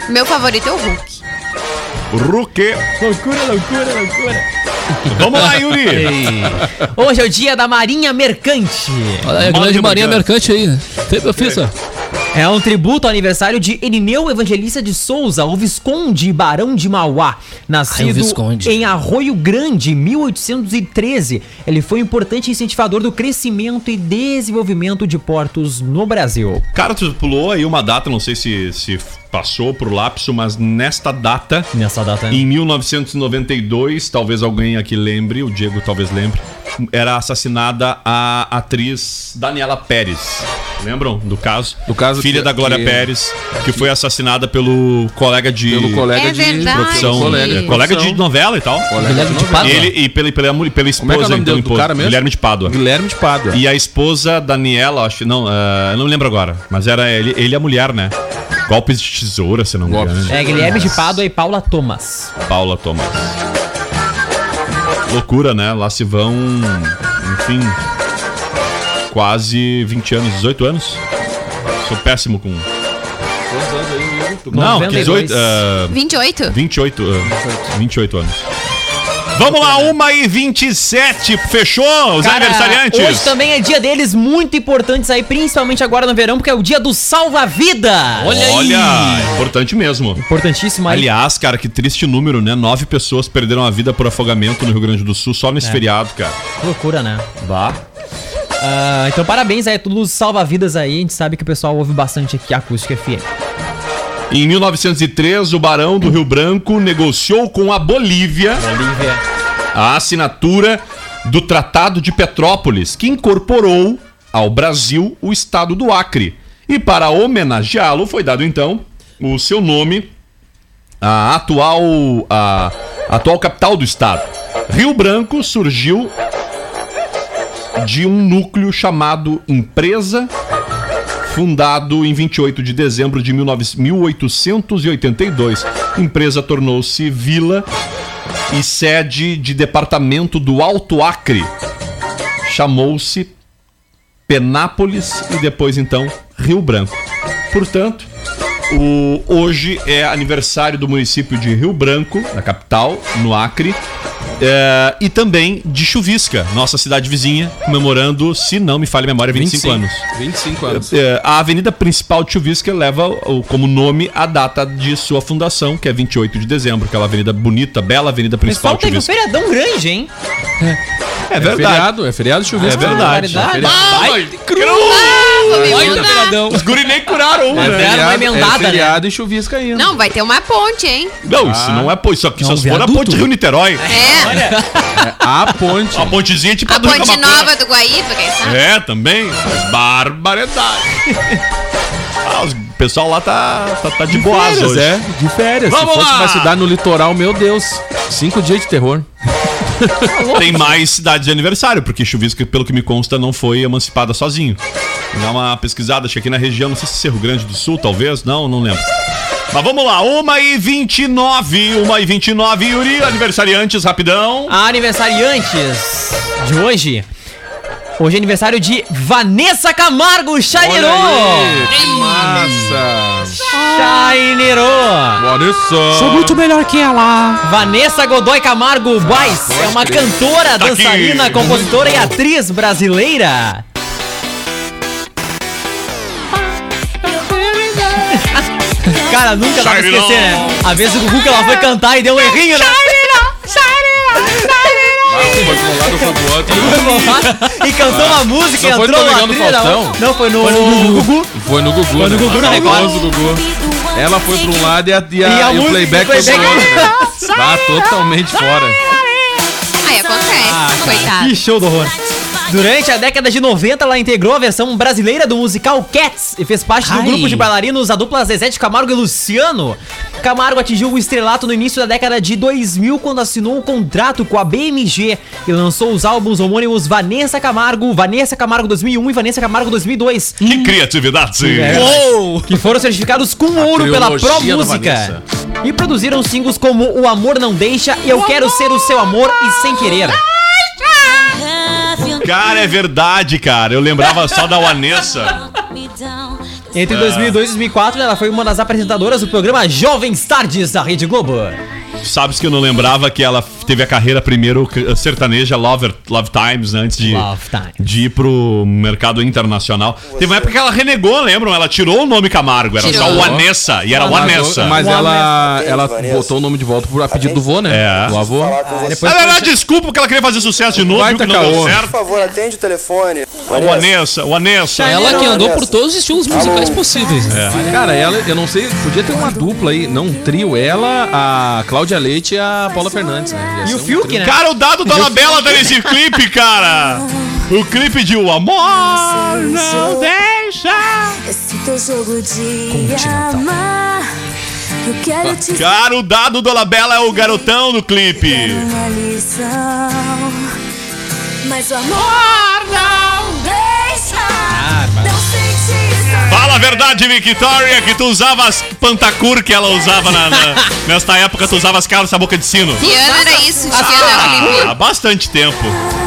Speaker 5: Meu favorito é o Hulk.
Speaker 2: Ruque.
Speaker 1: Loucura, loucura, loucura.
Speaker 2: Vamos lá, Yuri.
Speaker 1: Hoje é o dia da Marinha Mercante.
Speaker 4: Olha aí, a grande
Speaker 2: Marinha
Speaker 4: Marinha Mercante aí.
Speaker 1: né?
Speaker 4: Tem, eu fiz, ó.
Speaker 1: É um tributo ao aniversário de Enineu Evangelista de Souza, o Visconde e Barão de Mauá. Nascido
Speaker 4: Visconde.
Speaker 1: em Arroio Grande, em 1813, ele foi um importante incentivador do crescimento e desenvolvimento de portos no Brasil.
Speaker 2: Cara, tu pulou aí uma data, não sei se, se passou pro lapso, mas nesta data,
Speaker 1: Nessa
Speaker 7: É.
Speaker 1: data,
Speaker 2: em 1992, talvez alguém aqui lembre, o Diego talvez lembre, era assassinada a atriz Daniela Pérez. Lembram do caso?
Speaker 7: Do caso
Speaker 2: Filha
Speaker 7: que-
Speaker 2: da Glória
Speaker 7: que-
Speaker 2: Pérez, que foi assassinada pelo colega de...
Speaker 7: Pelo colega
Speaker 5: É
Speaker 7: de né? É
Speaker 5: verdade.
Speaker 2: Profissão,
Speaker 7: Colega,
Speaker 2: colega, colega de
Speaker 7: profissão.
Speaker 2: novela e tal.
Speaker 4: Guilherme de
Speaker 2: E
Speaker 4: Pádua.
Speaker 2: Ele e pela, pela, mulher- pela esposa,
Speaker 7: Como é que é o nome
Speaker 2: então,
Speaker 7: dele, do
Speaker 2: esposa,
Speaker 7: cara mesmo?
Speaker 2: Guilherme de Pádua.
Speaker 7: Guilherme de Pádua.
Speaker 2: E a esposa, Daniela, acho que. Não, ah, eu não lembro agora. Mas era ele, ele e a mulher, né? Golpes de tesoura, se não me
Speaker 7: Golpes.
Speaker 2: engano.
Speaker 1: É Guilherme de Pádua e Paula Thomas.
Speaker 2: Paula Thomas. Loucura, né? Lá se vão. Enfim. Quase 20 anos, 18 anos. Sou péssimo com. Não,
Speaker 1: 92.
Speaker 2: 18. ah,
Speaker 5: 28?
Speaker 2: 28, anos. 28 anos. Vamos lá, 1 e 27. Fechou os
Speaker 1: Cara,
Speaker 2: aniversariantes.
Speaker 1: Hoje também é dia deles, muito importantes aí, principalmente agora no verão, porque é o dia do salva-vida.
Speaker 2: Olha, importante mesmo.
Speaker 1: Importantíssimo aí.
Speaker 2: Aliás, cara, que triste número, né? Nove pessoas perderam a vida por afogamento no Rio Grande do Sul só nesse
Speaker 1: É.
Speaker 2: feriado, cara.
Speaker 1: Loucura, né?
Speaker 2: Vá.
Speaker 1: Ah, então parabéns aí, tudo salva-vidas aí. A gente sabe que o pessoal ouve bastante aqui a Acústica FM.
Speaker 2: Em 1903, o Barão do Rio Branco negociou com a Bolívia
Speaker 1: Bolívia.
Speaker 2: a assinatura do Tratado de Petrópolis, que incorporou ao Brasil o estado do Acre. E para homenageá-lo foi dado então o seu nome à atual à atual capital do estado. Rio Branco surgiu de um núcleo chamado Empresa, fundado em 28 de dezembro de 19- 1882. Empresa tornou-se vila e sede de departamento do Alto Acre. Chamou-se Penápolis e depois então Rio Branco. Portanto, o- hoje é aniversário do município de Rio Branco, na capital, no Acre, é, e também de Chuvisca, nossa cidade vizinha, comemorando, se não me falha a memória, 25 anos.
Speaker 3: 25 anos.
Speaker 2: É, a avenida principal de Chuvisca leva o- como nome a data de sua fundação, que é 28 de dezembro, aquela avenida bonita, bela avenida
Speaker 1: O
Speaker 2: principal
Speaker 1: pessoal
Speaker 2: de
Speaker 1: teve um
Speaker 2: Chuvisca.
Speaker 1: feriadão grande, hein?
Speaker 2: É
Speaker 7: É
Speaker 3: né?
Speaker 7: feriado, é feriado de
Speaker 2: É
Speaker 7: chuvisco.
Speaker 2: verdade.
Speaker 1: barbaridade.
Speaker 2: É verdade.
Speaker 5: Comemora.
Speaker 2: Os guri nem curaram um,
Speaker 1: É
Speaker 2: né?
Speaker 1: verdade.
Speaker 7: Feriado,
Speaker 1: Era uma emendada,
Speaker 7: é feriado e chuvisco ainda.
Speaker 5: Não, vai ter uma ponte, hein?
Speaker 2: Não, isso não é ponte. Isso aqui
Speaker 4: É
Speaker 2: só
Speaker 4: um
Speaker 2: se for a
Speaker 4: viaduto.
Speaker 2: ponte Rio-Niterói.
Speaker 5: É.
Speaker 7: A ponte.
Speaker 2: A pontezinha tipo
Speaker 5: A
Speaker 2: do Rio
Speaker 5: ponte
Speaker 2: Camacuã.
Speaker 5: nova do Guaíba, quem sabe?
Speaker 2: É, também. Barbaridade. Ah, os- o pessoal lá tá, tá, tá de boas
Speaker 7: férias,
Speaker 2: hoje.
Speaker 7: é. De férias.
Speaker 2: Vamos
Speaker 7: Se fosse
Speaker 2: lá!
Speaker 7: uma cidade no litoral, meu Deus. Cinco dias de terror.
Speaker 2: Tem mais cidades de aniversário, porque Chuvisca, pelo que me consta, não foi emancipada sozinho. Vou Dar uma pesquisada, acho que aqui na região, não sei se Cerro Grande do Sul, talvez. Não, não lembro. Mas vamos lá, 1h29, 1h29, Yuri, aniversariantes, rapidão.
Speaker 1: Aniversariantes de hoje. Hoje é aniversário de Vanessa Camargo Chairô!
Speaker 7: Que massa.
Speaker 1: Chairô!
Speaker 7: Vanessa.
Speaker 4: muito melhor que ela.
Speaker 1: Vanessa Godoy Camargo Vaz é uma cantora,
Speaker 2: Tá aqui.
Speaker 1: dançarina, compositora e atriz brasileira. Cara, nunca dá pra
Speaker 2: Chairô.
Speaker 1: esquecer, né? A vez do Gugu que ela foi cantar e deu um errinho, né?
Speaker 7: Foi pro lado, foi pro outro.
Speaker 1: e cantou uma música e
Speaker 7: Não foi
Speaker 1: entrou
Speaker 7: tão
Speaker 1: na
Speaker 7: legal no
Speaker 1: trilha.
Speaker 7: Faustão?
Speaker 1: Não, foi no, Gugu.
Speaker 7: Foi no Gugu.
Speaker 1: Foi no Gugu, na Record.
Speaker 7: Famoso Gugu. Ela foi pra um lado e, a, e, a-
Speaker 1: E a
Speaker 7: e o
Speaker 1: música,
Speaker 7: playback foi pro
Speaker 1: playback.
Speaker 7: outro. né? Tá totalmente fora.
Speaker 5: Aí acontece,
Speaker 2: Ah,
Speaker 5: coitado.
Speaker 1: Que show do horror. Durante a década de 90, ela integrou a versão brasileira do musical Cats e fez parte do
Speaker 4: Ai.
Speaker 1: grupo de bailarinos a dupla Zezé de Camargo e Luciano. Camargo atingiu o estrelato no início da década de 2000 quando assinou um contrato com a BMG e lançou os álbuns homônimos Vanessa Camargo, Vanessa Camargo 2001 e Vanessa Camargo 2002.
Speaker 2: Que criatividade!
Speaker 1: Uou! Que foram certificados com ouro pela
Speaker 3: É trilogia
Speaker 1: Pro
Speaker 3: da
Speaker 1: Música. E produziram singles como O Amor Não Deixa, Eu Quero Ser o Seu Amor e Sem Querer.
Speaker 2: tá. Cara, é verdade, cara. Eu lembrava só da Vanessa.
Speaker 1: Entre
Speaker 2: É.
Speaker 1: 2002 e 2004, ela foi uma das apresentadoras do programa Jovens Tardes da Rede Globo.
Speaker 2: Sabes que eu não lembrava que ela teve a carreira primeiro eh, sertaneja Love, Love Times, né? Antes de,
Speaker 1: Love Times.
Speaker 2: de ir pro mercado internacional. Teve uma época que ela renegou, lembram? Ela tirou o nome Camargo, era só
Speaker 5: Tirou.
Speaker 2: Vanessa, e era Vanessa.
Speaker 3: Mas
Speaker 1: O
Speaker 3: ela,
Speaker 7: Vanessa.
Speaker 3: ela
Speaker 7: Vanessa.
Speaker 3: botou o nome de volta por a pedido do vô, né?
Speaker 2: É.
Speaker 3: Do avô.
Speaker 7: Ah,
Speaker 2: Ela era desculpa porque ela queria fazer sucesso de novo,
Speaker 3: Vai
Speaker 2: viu que não
Speaker 3: tacar
Speaker 2: deu
Speaker 3: ovo.
Speaker 7: Por
Speaker 2: certo.
Speaker 7: favor, atende o telefone.
Speaker 2: O Vanessa, o Vanessa.
Speaker 8: Ela que andou por todos os estilos musicais possíveis. né?
Speaker 3: É. Cara, ela, eu não sei, podia ter uma dupla aí, não um trio. Ela, a Cláudia Leite e a Paula Fernandes, né?
Speaker 1: E
Speaker 3: Ia
Speaker 1: o
Speaker 3: ser um
Speaker 1: Fiuk,
Speaker 3: trio.
Speaker 1: né?
Speaker 2: Então, Cara, o dado da Labela tá nesse clipe, cara! O clipe de O Amor Não Deixa!
Speaker 7: Esse teu jogo de amar. Eu quero te
Speaker 2: Cara, o dado do Labela é o garotão do clipe!
Speaker 7: uma lição. Mas o amor não deixa. não senti
Speaker 2: Fala a verdade, Victoria, que tu usava as pantacur que ela usava na, na, nesta época, tu usava as calças boca de sino.
Speaker 5: Que ano era isso? Que ano era o limite?
Speaker 2: Ah, há bastante tempo.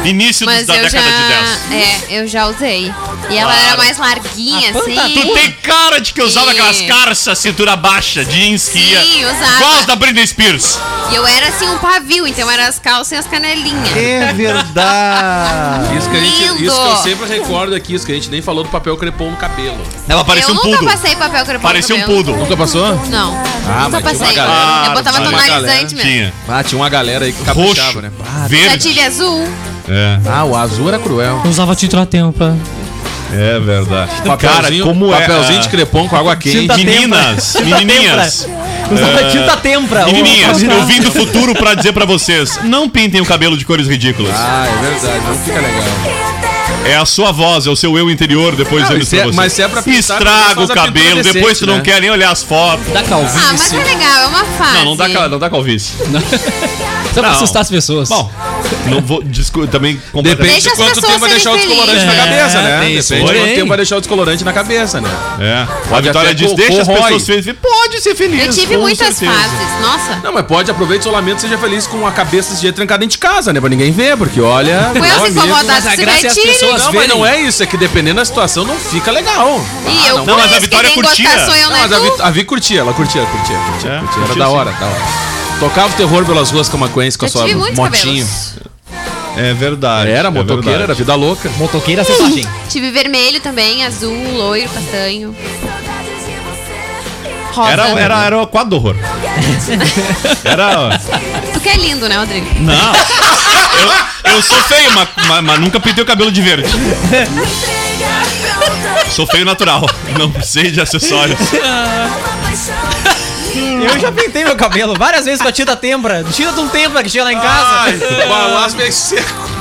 Speaker 2: Início
Speaker 5: Mas
Speaker 2: da
Speaker 5: eu
Speaker 2: década
Speaker 5: já.
Speaker 2: de 10.
Speaker 5: É, eu já usei. E ela era mais larguinha,
Speaker 1: A
Speaker 5: assim.
Speaker 1: pantatura.
Speaker 2: Tu tem cara de que usava
Speaker 5: Sim.
Speaker 2: aquelas calças cintura baixa, jeans que ia.
Speaker 5: Sim, usava.
Speaker 2: Igual as da Britney Spears.
Speaker 5: E eu era assim um pavio, então era as calças e as canelinhas.
Speaker 2: É verdade.
Speaker 3: Isso que, a gente,
Speaker 5: Lindo!
Speaker 3: isso que eu sempre recordo aqui, isso que a gente nem falou do papel crepom no cabelo.
Speaker 2: Ela parecia
Speaker 5: eu
Speaker 2: um
Speaker 5: nunca
Speaker 2: pudo.
Speaker 5: passei papel crepom. no
Speaker 2: Parecia um
Speaker 5: cabelo.
Speaker 2: pudo.
Speaker 3: Nunca passou?
Speaker 5: Não. nunca
Speaker 3: mas tinha
Speaker 5: passei.
Speaker 3: uma galera,
Speaker 5: eu botava
Speaker 2: tinha uma
Speaker 5: tonalizante mesmo.
Speaker 2: Tinha.
Speaker 3: Ah, tinha uma galera aí que
Speaker 2: Roxo.
Speaker 3: caprichava, né?
Speaker 2: Verde.
Speaker 5: Satilha azul.
Speaker 2: É.
Speaker 3: Ah, o azul era cruel.
Speaker 8: Eu usava titratempa.
Speaker 2: É verdade.
Speaker 3: Papelzinho, papelzinho
Speaker 2: ah,
Speaker 3: de crepom com água quente.
Speaker 1: Tinta
Speaker 2: Meninas,
Speaker 1: tempra.
Speaker 2: menininhas.
Speaker 3: né?
Speaker 1: Usava tinta
Speaker 3: É,
Speaker 1: tempra.
Speaker 2: É. Menininhas, eu vim do futuro pra dizer pra vocês: não pintem o cabelo de cores ridículas.
Speaker 3: Ah, é verdade, não fica legal.
Speaker 2: É a sua voz, é o seu eu interior depois
Speaker 3: Não,
Speaker 2: dando
Speaker 3: e se
Speaker 2: pra
Speaker 3: é-
Speaker 2: vocês.
Speaker 3: mas se é pra pintar, pelo
Speaker 2: Estraga o
Speaker 3: menos faz a pintura
Speaker 2: cabelo,
Speaker 3: decente,
Speaker 2: depois tu não
Speaker 3: né?
Speaker 2: quer nem olhar as fotos.
Speaker 8: Da
Speaker 5: Ah, mas
Speaker 8: calvície.
Speaker 5: é legal, é uma fase.
Speaker 2: Não, não dá, cal- não dá calvície.
Speaker 8: Só pra
Speaker 2: Não.
Speaker 8: assustar as pessoas.
Speaker 2: Bom, não vou. Discu também. completamente-
Speaker 3: Depende
Speaker 5: Deixa
Speaker 3: de
Speaker 5: as
Speaker 3: quanto
Speaker 5: pessoas
Speaker 3: tempo vai
Speaker 5: serem
Speaker 3: deixar o
Speaker 5: felizes.
Speaker 3: descolorante na
Speaker 8: É,
Speaker 3: cabeça,
Speaker 8: tem
Speaker 3: né? Depende
Speaker 8: isso,
Speaker 3: de quanto
Speaker 8: porém.
Speaker 3: tempo vai deixar o descolorante na cabeça, né?
Speaker 2: É. A
Speaker 3: Pode
Speaker 2: Vitória
Speaker 3: até
Speaker 2: diz:
Speaker 3: co-
Speaker 2: deixa as
Speaker 3: corrói.
Speaker 2: pessoas felizes. Pode ser feliz.
Speaker 5: Eu tive
Speaker 2: com
Speaker 5: muitas
Speaker 2: certeza.
Speaker 5: fases. Nossa.
Speaker 3: Não, mas pode, aproveite o isolamento e seja feliz com a cabeça desse jeito trancada dentro de casa, né? Pra ninguém ver, porque olha...
Speaker 5: Foi eu
Speaker 3: não,
Speaker 5: se
Speaker 3: amigo.
Speaker 5: incomodar
Speaker 8: mas a
Speaker 5: se
Speaker 8: graça é as
Speaker 5: retire.
Speaker 8: pessoas
Speaker 3: Não, mas não é isso, é que dependendo da situação não fica legal. Ah,
Speaker 5: E eu
Speaker 2: Não, mas a
Speaker 5: conheço
Speaker 2: Vitória
Speaker 5: quem
Speaker 2: curtia.
Speaker 5: gostar sou
Speaker 3: Não,
Speaker 5: eu, né?
Speaker 3: mas a
Speaker 5: Tu?
Speaker 3: Vi, a Vi curtia, ela curtia, curtia, curtia,
Speaker 2: É,
Speaker 3: curtia. Era
Speaker 2: curtia,
Speaker 3: da
Speaker 2: sim.
Speaker 3: hora, da hora. Tocava o terror pelas ruas camacuenses com a
Speaker 5: Eu
Speaker 3: sua
Speaker 5: tive muitos
Speaker 3: motinho.
Speaker 5: cabelos.
Speaker 2: É verdade.
Speaker 3: Era
Speaker 2: é
Speaker 3: motoqueira,
Speaker 2: verdade.
Speaker 3: era vida louca.
Speaker 1: Motoqueira selvagem.
Speaker 5: Tive vermelho também, azul, loiro, castanho. Rosa.
Speaker 2: Era, era, era o quadro do horror. Era.
Speaker 5: Tu que é lindo, né, Rodrigo?
Speaker 2: Não. Eu, eu sou feio, mas, mas- mas nunca pintei o cabelo de verde. Sou feio natural. Não precisei de acessórios.
Speaker 1: Eu já pintei meu cabelo várias vezes com a tinta tempra. Tinta de um tempra que tinha lá em casa.
Speaker 9: Balas meio seco.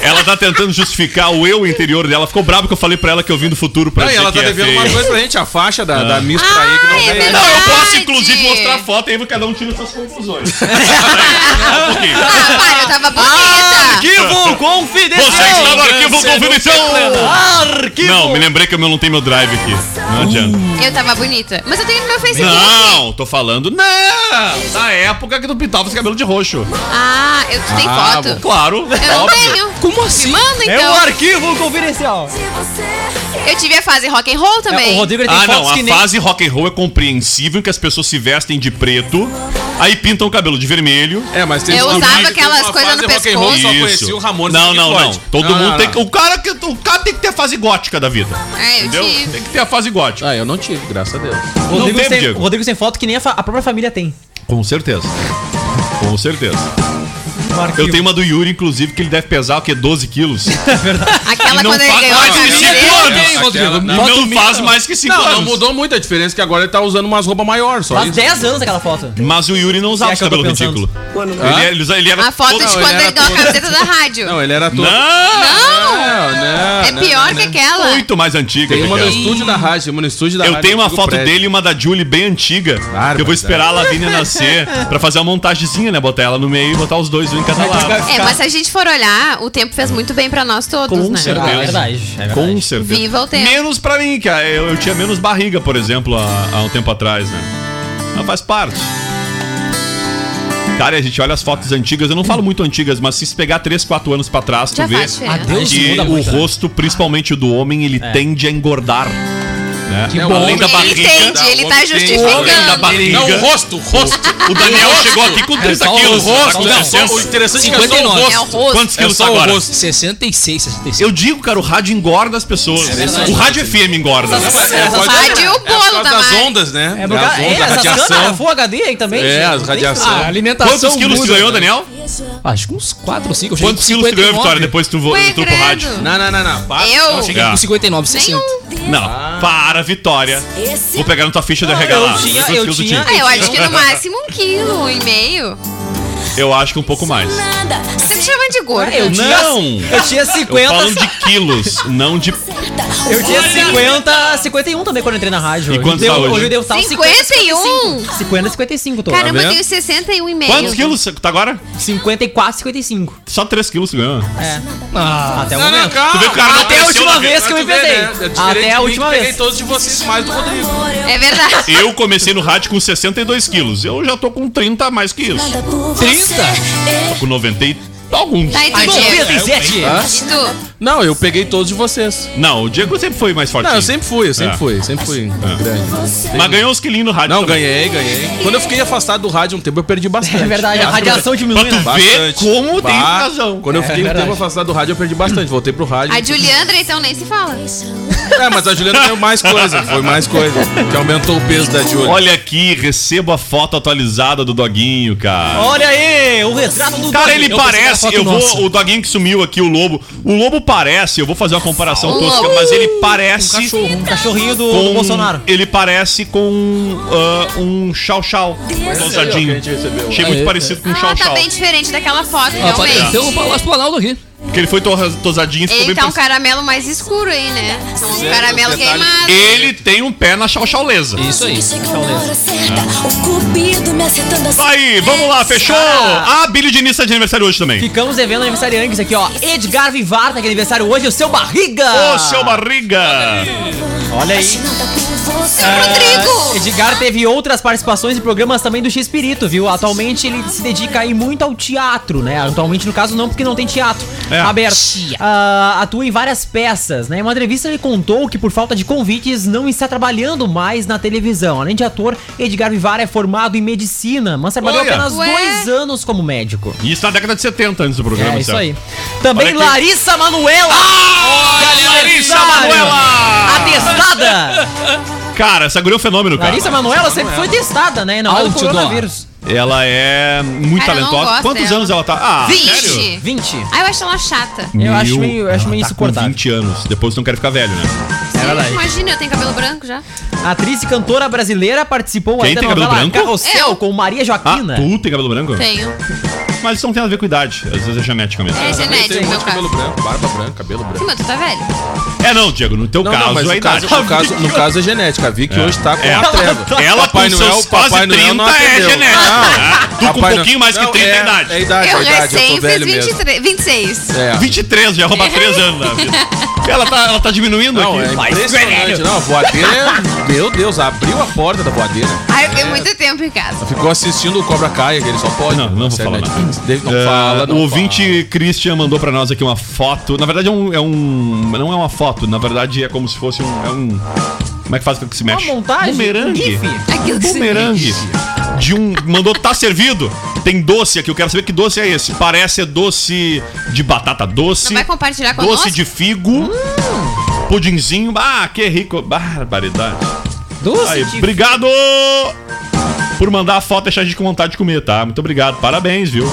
Speaker 2: Ela tá tentando justificar o eu interior dela. Ficou brava que eu falei pra ela que eu vim do futuro pra
Speaker 9: Não, e
Speaker 2: dizer
Speaker 9: ela
Speaker 2: que
Speaker 9: tá
Speaker 2: é
Speaker 9: devendo
Speaker 2: feio.
Speaker 9: uma coisa pra gente, a faixa da, da Miss pra aí que
Speaker 5: Ah,
Speaker 9: não
Speaker 5: é
Speaker 9: tem.
Speaker 5: verdade.
Speaker 2: Não, eu posso inclusive mostrar a foto e aí cada um tira suas conclusões. Só um pouquinho.
Speaker 5: Ah, para, eu tava
Speaker 1: Ah,
Speaker 5: bonita.
Speaker 1: Arquivo confidencial.
Speaker 2: Você está no arquivo
Speaker 9: é
Speaker 1: Você não
Speaker 2: confidencial.
Speaker 1: tem problema. Arquivo.
Speaker 2: Não, me lembrei que eu não tenho meu drive aqui. Não adianta.
Speaker 5: Eu tava bonita. Mas eu tenho no meu Facebook.
Speaker 2: Não, tô falando não. Da época que tu pintava esse cabelo de roxo.
Speaker 5: Ah, eu tu tem foto?
Speaker 2: Claro.
Speaker 5: Eu não
Speaker 2: óbvio.
Speaker 5: tenho.
Speaker 8: Como assim?
Speaker 5: Me manda,
Speaker 1: É o
Speaker 5: então.
Speaker 1: arquivo confidencial.
Speaker 5: Eu tive a fase rock and roll
Speaker 1: É,
Speaker 5: também.
Speaker 1: o Rodrigo ele tem
Speaker 2: Ah,
Speaker 1: fotos
Speaker 2: não, a
Speaker 1: que nem...
Speaker 2: fase rock and roll é compreensível que as pessoas se vestem de preto, aí pintam o cabelo de vermelho.
Speaker 9: É, mas tem
Speaker 5: Eu
Speaker 9: um-
Speaker 5: usava
Speaker 9: tem uma
Speaker 5: aquelas
Speaker 9: fase
Speaker 5: coisas no
Speaker 9: rock and roll,
Speaker 5: pescoço.
Speaker 9: Só conhecia o Ramones
Speaker 2: Não,
Speaker 9: e
Speaker 2: não,
Speaker 9: Floyd.
Speaker 2: não. Todo
Speaker 9: Não,
Speaker 2: mundo
Speaker 9: não,
Speaker 2: tem
Speaker 9: não.
Speaker 2: que. O cara, que, o cara tem que ter a fase gótica da vida.
Speaker 5: É, eu
Speaker 2: Entendeu?
Speaker 5: tive.
Speaker 2: Tem que ter a fase gótica.
Speaker 3: Ah, eu não tive, graças a Deus.
Speaker 1: O Rodrigo,
Speaker 2: teve,
Speaker 1: tem,
Speaker 2: Diego.
Speaker 1: o Rodrigo tem foto que nem a, fa- a própria família tem.
Speaker 2: Com certeza. Com certeza. Eu tenho uma do Yuri, inclusive, que ele deve pesar o quê? 12 quilos.
Speaker 5: Aquela
Speaker 2: não
Speaker 5: quando ele
Speaker 2: faz
Speaker 5: ganhou
Speaker 2: mais
Speaker 5: a
Speaker 2: de
Speaker 5: primeira.
Speaker 2: cinco anos.
Speaker 4: Ei, Rodrigo,
Speaker 2: Não,
Speaker 4: bota o mínimo.
Speaker 2: faz mais que 5
Speaker 7: Não,
Speaker 2: anos.
Speaker 7: não mudou muito a diferença, que agora ele tá usando umas roupas maior, só
Speaker 1: Faz
Speaker 7: isso.
Speaker 1: 10 anos aquela foto.
Speaker 2: Mas o Yuri não usava
Speaker 1: é
Speaker 2: esse
Speaker 1: que eu tô
Speaker 2: cabelo
Speaker 1: pensando?
Speaker 2: ridículo.
Speaker 7: Hã?
Speaker 2: Ele, é, ele, usa- ele era
Speaker 5: A foto
Speaker 2: todo-
Speaker 5: de
Speaker 7: ele
Speaker 5: quando
Speaker 7: era
Speaker 5: ele deu a
Speaker 7: todo-
Speaker 5: camiseta da rádio.
Speaker 7: Não, ele era todo...
Speaker 2: Não!
Speaker 5: Não!
Speaker 7: não,
Speaker 5: É
Speaker 7: não,
Speaker 5: pior que aquela.
Speaker 2: Muito mais antiga.
Speaker 7: Tem
Speaker 2: que
Speaker 7: uma no
Speaker 2: aquela.
Speaker 7: estúdio da rádio, uma no estúdio da
Speaker 2: Eu
Speaker 1: né,
Speaker 7: rádio,
Speaker 2: tenho uma
Speaker 7: antigo
Speaker 2: foto
Speaker 7: prédio.
Speaker 2: dele e uma da Julie bem antiga. que eu vou
Speaker 7: Barbaridade.
Speaker 2: esperar a Lavínia nascer pra fazer uma montagemzinha, né? Botar ela no meio e botar os dois um em cada lado.
Speaker 5: É, mas se a gente for olhar, o tempo fez muito bem pra nós todos, né?
Speaker 2: certeza.
Speaker 1: É verdade. É verdade.
Speaker 2: Com certeza.
Speaker 5: Viva o tempo.
Speaker 2: Menos pra mim, que eu, eu tinha menos barriga, por exemplo, há, há um tempo atrás, né? Mas faz parte. Cara, e a gente olha as fotos antigas, eu não falo muito antigas, mas se pegar 3, 4 anos pra trás,
Speaker 5: Já
Speaker 2: tu vê
Speaker 5: faz diferença.
Speaker 1: Deus
Speaker 2: que
Speaker 1: muda
Speaker 2: o
Speaker 1: muito, né?
Speaker 2: rosto, principalmente o do homem, ele tende a engordar. Né?
Speaker 4: É. Que
Speaker 2: Não,
Speaker 4: bom.
Speaker 2: Além da
Speaker 5: Ele
Speaker 2: barriga.
Speaker 5: entende, ele tá
Speaker 3: Homem tem-
Speaker 2: Além da
Speaker 5: justificando.
Speaker 2: barriga.
Speaker 3: Não, o rosto, o rosto.
Speaker 2: O Daniel chegou aqui com 30
Speaker 4: só o
Speaker 2: quilos.
Speaker 4: rosto,
Speaker 2: tá com
Speaker 4: não,
Speaker 3: Só-
Speaker 2: licença.
Speaker 3: o interessante é que é só o
Speaker 4: 59.
Speaker 3: rosto.
Speaker 5: É o rosto.
Speaker 2: Quantos quilos
Speaker 3: só
Speaker 2: tá
Speaker 3: o
Speaker 2: agora?
Speaker 3: rosto.
Speaker 4: 66, 66.
Speaker 2: Eu digo, cara, o rádio engorda as
Speaker 4: É
Speaker 2: pessoas. o rádio FM engorda. né?
Speaker 3: É, pode-
Speaker 5: Rádio e o
Speaker 3: é por
Speaker 5: bolo
Speaker 3: causa
Speaker 5: da
Speaker 3: das
Speaker 5: Mari.
Speaker 3: ondas, né?
Speaker 1: É, por causa- é,
Speaker 3: das ondas,
Speaker 1: essas câmeras
Speaker 3: radiação.
Speaker 1: Full HD aí também.
Speaker 3: É, as radiação.
Speaker 4: A alimentação.
Speaker 2: Quantos quilos tu
Speaker 4: muda,
Speaker 2: ganhou,
Speaker 4: né?
Speaker 2: Daniel?
Speaker 4: Acho que uns 4 ou 5.
Speaker 2: Quantos quilos tu ganhou, Vitória, depois que tu vo-
Speaker 5: Ué,
Speaker 2: entrou pro rádio?
Speaker 5: credo.
Speaker 3: Não, não, não, não. Para.
Speaker 5: Eu?
Speaker 4: Cheguei
Speaker 2: Ah.
Speaker 4: com 59, 60.
Speaker 2: Não,
Speaker 4: Ah.
Speaker 2: para, Vitória. Vou pegar na tua ficha da RH lá.
Speaker 1: eu tinha-
Speaker 2: Quantos
Speaker 1: eu
Speaker 2: quilos tu
Speaker 1: tinha-
Speaker 5: Ah, eu acho que no máximo um quilo e meio.
Speaker 2: Eu acho que um pouco mais.
Speaker 5: Você me chama de gorda.
Speaker 1: Eu tinha,
Speaker 2: Não.
Speaker 1: Eu tinha
Speaker 2: Eu
Speaker 1: 50.
Speaker 2: falo de quilos, não de...
Speaker 1: Eu tinha 50, 51 também quando eu entrei na rádio.
Speaker 2: E quanto
Speaker 1: Deu-
Speaker 2: tá hoje?
Speaker 1: Hoje deu tal
Speaker 5: 51?
Speaker 1: 50, 55, tô. tá
Speaker 5: Caramba, eu
Speaker 3: vendo?
Speaker 5: tenho 61 e um meio.
Speaker 2: Tá Quantos quilos tá agora?
Speaker 1: 54, 55.
Speaker 2: Só 3 quilos tu ganhou.
Speaker 1: Ah, Até o
Speaker 3: Não, não,
Speaker 1: momento.
Speaker 3: calma.
Speaker 2: Tu vê que o cara não
Speaker 1: Até a
Speaker 2: cresceu
Speaker 1: última
Speaker 2: na vida.
Speaker 1: vez que eu me
Speaker 3: Pra tu ver,
Speaker 1: pesei.
Speaker 3: né? É diferente
Speaker 1: Até a
Speaker 3: de mim,
Speaker 1: última
Speaker 3: que Peguei
Speaker 1: vez.
Speaker 3: todos de vocês, mais do Rodrigo.
Speaker 5: É verdade.
Speaker 2: Eu comecei no rádio com 62 quilos. Eu já tô com 30 a mais que isso.
Speaker 4: 30?
Speaker 2: Com 90 e alguns.
Speaker 5: Tá, entendi.
Speaker 2: né?
Speaker 1: 97.
Speaker 5: E tu?
Speaker 7: Não, eu peguei todos de vocês.
Speaker 2: Não, o Diego sempre foi mais forte.
Speaker 7: Não, eu sempre fui, eu sempre
Speaker 2: É.
Speaker 7: fui, sempre fui grande.
Speaker 2: Mas ganhou uns quilinhos no rádio
Speaker 7: Não,
Speaker 2: também.
Speaker 7: ganhei, ganhei. Quando eu fiquei afastado do rádio um tempo, eu perdi bastante.
Speaker 1: É verdade, a
Speaker 7: Bastante.
Speaker 1: radiação diminui. né?
Speaker 2: Pra tu ver como tem
Speaker 7: Bah,
Speaker 2: razão.
Speaker 7: Quando eu fiquei um
Speaker 1: verdade.
Speaker 7: tempo afastado do rádio, eu perdi bastante. Voltei pro rádio.
Speaker 5: A Juliandra, então, nem se fala.
Speaker 2: Um
Speaker 7: É, mas a Juliana ganhou mais coisa. Foi mais coisa. Que aumentou o peso da Juliana.
Speaker 2: Olha aqui, recebo a foto atualizada do doguinho, cara.
Speaker 1: Olha aí, o retrato do
Speaker 2: Cara,
Speaker 1: Dog.
Speaker 2: ele
Speaker 1: Eu
Speaker 2: parece,
Speaker 1: vou
Speaker 2: eu
Speaker 1: tirar
Speaker 2: vou,
Speaker 1: a foto
Speaker 2: o doguinho que sumiu aqui, o lobo. O lobo parece, eu vou fazer uma comparação
Speaker 5: O
Speaker 2: tosca,
Speaker 5: lobo.
Speaker 2: mas ele parece
Speaker 1: nossa. Um cachorrinho do, do
Speaker 2: com-
Speaker 1: Bolsonaro.
Speaker 2: Ele parece com ah, um chau chau,
Speaker 7: Que a
Speaker 2: pousadinho.
Speaker 7: gente recebeu.
Speaker 2: Achei
Speaker 1: é?
Speaker 2: muito
Speaker 4: Aê.
Speaker 2: parecido com um chau
Speaker 5: Ah, tá
Speaker 2: chau.
Speaker 5: bem diferente daquela foto,
Speaker 4: Ah, pode ter o
Speaker 5: realmente.
Speaker 4: Palácio Planalto aqui.
Speaker 2: Porque ele foi torra- tosadinho e ficou
Speaker 5: Ele
Speaker 2: bem
Speaker 5: tá um
Speaker 2: parecido.
Speaker 5: caramelo mais escuro aí, né? Um caramelo
Speaker 3: detalhe.
Speaker 5: queimado.
Speaker 2: Ele tem um pé na chau chauleza.
Speaker 4: Isso aí.
Speaker 2: Tá Aí, vamos lá, fechou? Ah, Billy Diniz tá de aniversário hoje também.
Speaker 1: Ficamos devendo aniversariantes aqui, ó. Edgar Vivar tá de aniversário hoje, o seu barriga.
Speaker 2: Ô, seu barriga!
Speaker 1: Olha aí.
Speaker 2: Ah, é
Speaker 5: Rodrigo!
Speaker 1: Edgar teve outras participações em programas também do X-Espírito, viu? Atualmente ele se dedica aí muito ao teatro, né? Atualmente, no caso, não, porque não tem teatro
Speaker 2: É.
Speaker 1: aberto. Ah, atua em várias peças, né? Em uma entrevista ele contou que por falta de convites não está trabalhando mais na televisão. Além de ator, Edgar Vivar é formado em medicina, mas trabalhou
Speaker 2: Olha.
Speaker 1: apenas
Speaker 5: Ué.
Speaker 1: dois anos como médico.
Speaker 2: Isso na década de 70 antes do programa,
Speaker 1: É isso
Speaker 2: certo?
Speaker 1: aí. Também
Speaker 2: Olha aqui.
Speaker 1: Larissa Manuela!
Speaker 2: Olha, Larissa
Speaker 1: aniversário!
Speaker 2: Manoela!
Speaker 1: Atestada!
Speaker 2: Cara, essa guria é um fenômeno, cara.
Speaker 1: Larissa Manuela sempre foi testada, né? Não é do
Speaker 4: Outdoor.
Speaker 1: coronavírus.
Speaker 2: Ela é muito
Speaker 5: Cara, eu não
Speaker 2: talentosa.
Speaker 5: gosto
Speaker 2: Quantos
Speaker 5: dela.
Speaker 2: anos ela tá? Ah,
Speaker 5: Vixe.
Speaker 2: sério?
Speaker 1: 20.
Speaker 5: Ah, eu acho ela chata.
Speaker 1: Eu acho
Speaker 2: Meu,
Speaker 1: meio- eu acho
Speaker 2: ela
Speaker 1: meio
Speaker 2: tá
Speaker 1: insuportável.
Speaker 2: Com 20 anos. Depois tu não quer ficar velho, né?
Speaker 5: Imagina, eu tenho cabelo branco já.
Speaker 1: A atriz e cantora brasileira participou
Speaker 2: Quem
Speaker 1: ainda
Speaker 2: tem
Speaker 1: da
Speaker 2: cabelo
Speaker 1: novela
Speaker 2: branco?
Speaker 1: Carrossel
Speaker 5: Eu.
Speaker 1: com Maria
Speaker 2: Ah,
Speaker 1: Joaquina.
Speaker 2: tu tem cabelo branco?
Speaker 5: Tenho.
Speaker 2: Mas isso não tem nada a ver com idade. Às vezes é genética mesmo.
Speaker 5: É genético,
Speaker 3: Tem
Speaker 5: no
Speaker 3: um monte
Speaker 5: meu
Speaker 3: de cabelo
Speaker 5: caso.
Speaker 3: branco, barba branca, cabelo branco.
Speaker 5: Sim, mas tu tá velho.
Speaker 2: É, não, Diego. No teu
Speaker 3: Não,
Speaker 2: caso
Speaker 3: não, mas
Speaker 2: é a
Speaker 3: no
Speaker 2: idade.
Speaker 3: caso, no, caso, no caso é genética. Vi que
Speaker 2: É.
Speaker 3: hoje tá com
Speaker 2: É.
Speaker 3: a treva.
Speaker 2: Ela
Speaker 3: Papai
Speaker 2: com
Speaker 3: Noel-
Speaker 2: seus
Speaker 3: Papai
Speaker 2: quase
Speaker 3: Noel
Speaker 2: 30
Speaker 3: não
Speaker 2: é
Speaker 3: atendeu.
Speaker 2: genética.
Speaker 3: Não.
Speaker 2: Tu com um
Speaker 3: Papai
Speaker 2: pouquinho mais que
Speaker 3: Não,
Speaker 2: 30 é, idade.
Speaker 3: É idade,
Speaker 5: eu
Speaker 3: é idade, eu
Speaker 5: recém
Speaker 3: tô velho
Speaker 5: fiz
Speaker 3: mesmo.
Speaker 5: 23, 26.
Speaker 3: É.
Speaker 2: 23, já rouba 3 anos da vida. Ela tá, ela tá diminuindo
Speaker 3: Não,
Speaker 2: aqui.
Speaker 3: é
Speaker 2: Mas,
Speaker 3: impressionante.
Speaker 2: velho.
Speaker 3: Não, a voadeira é... Meu Deus, abriu a porta da voadeira.
Speaker 5: Ah, eu tenho muito tempo em casa.
Speaker 3: Ficou assistindo o Cobra Kai, que ele só pode.
Speaker 2: Não, não vou
Speaker 3: Sério,
Speaker 2: falar
Speaker 3: Netflix. Dave Não
Speaker 2: É,
Speaker 3: fala, não
Speaker 2: o ouvinte Christian mandou pra nós aqui uma foto. Na verdade, é um, é um. Não é uma foto, na verdade é como se fosse um. é um- como é que faz com que se mexe?
Speaker 1: montagem? Um
Speaker 2: Bumerangue.
Speaker 1: gif?
Speaker 5: Aquilo que se-
Speaker 2: Bumerangue. De um. Mandou, tá servido? Tem doce aqui, eu quero saber que doce é esse. Parece é doce de batata doce.
Speaker 5: Não vai compartilhar
Speaker 2: doce
Speaker 5: conosco?
Speaker 2: de figo. Pudinzinho. Ah, que rico. Barbaridade.
Speaker 1: Doce
Speaker 2: Aí,
Speaker 1: de-
Speaker 2: obrigado! Por mandar a foto e deixar a gente com vontade de comer, tá? Muito obrigado, parabéns, viu?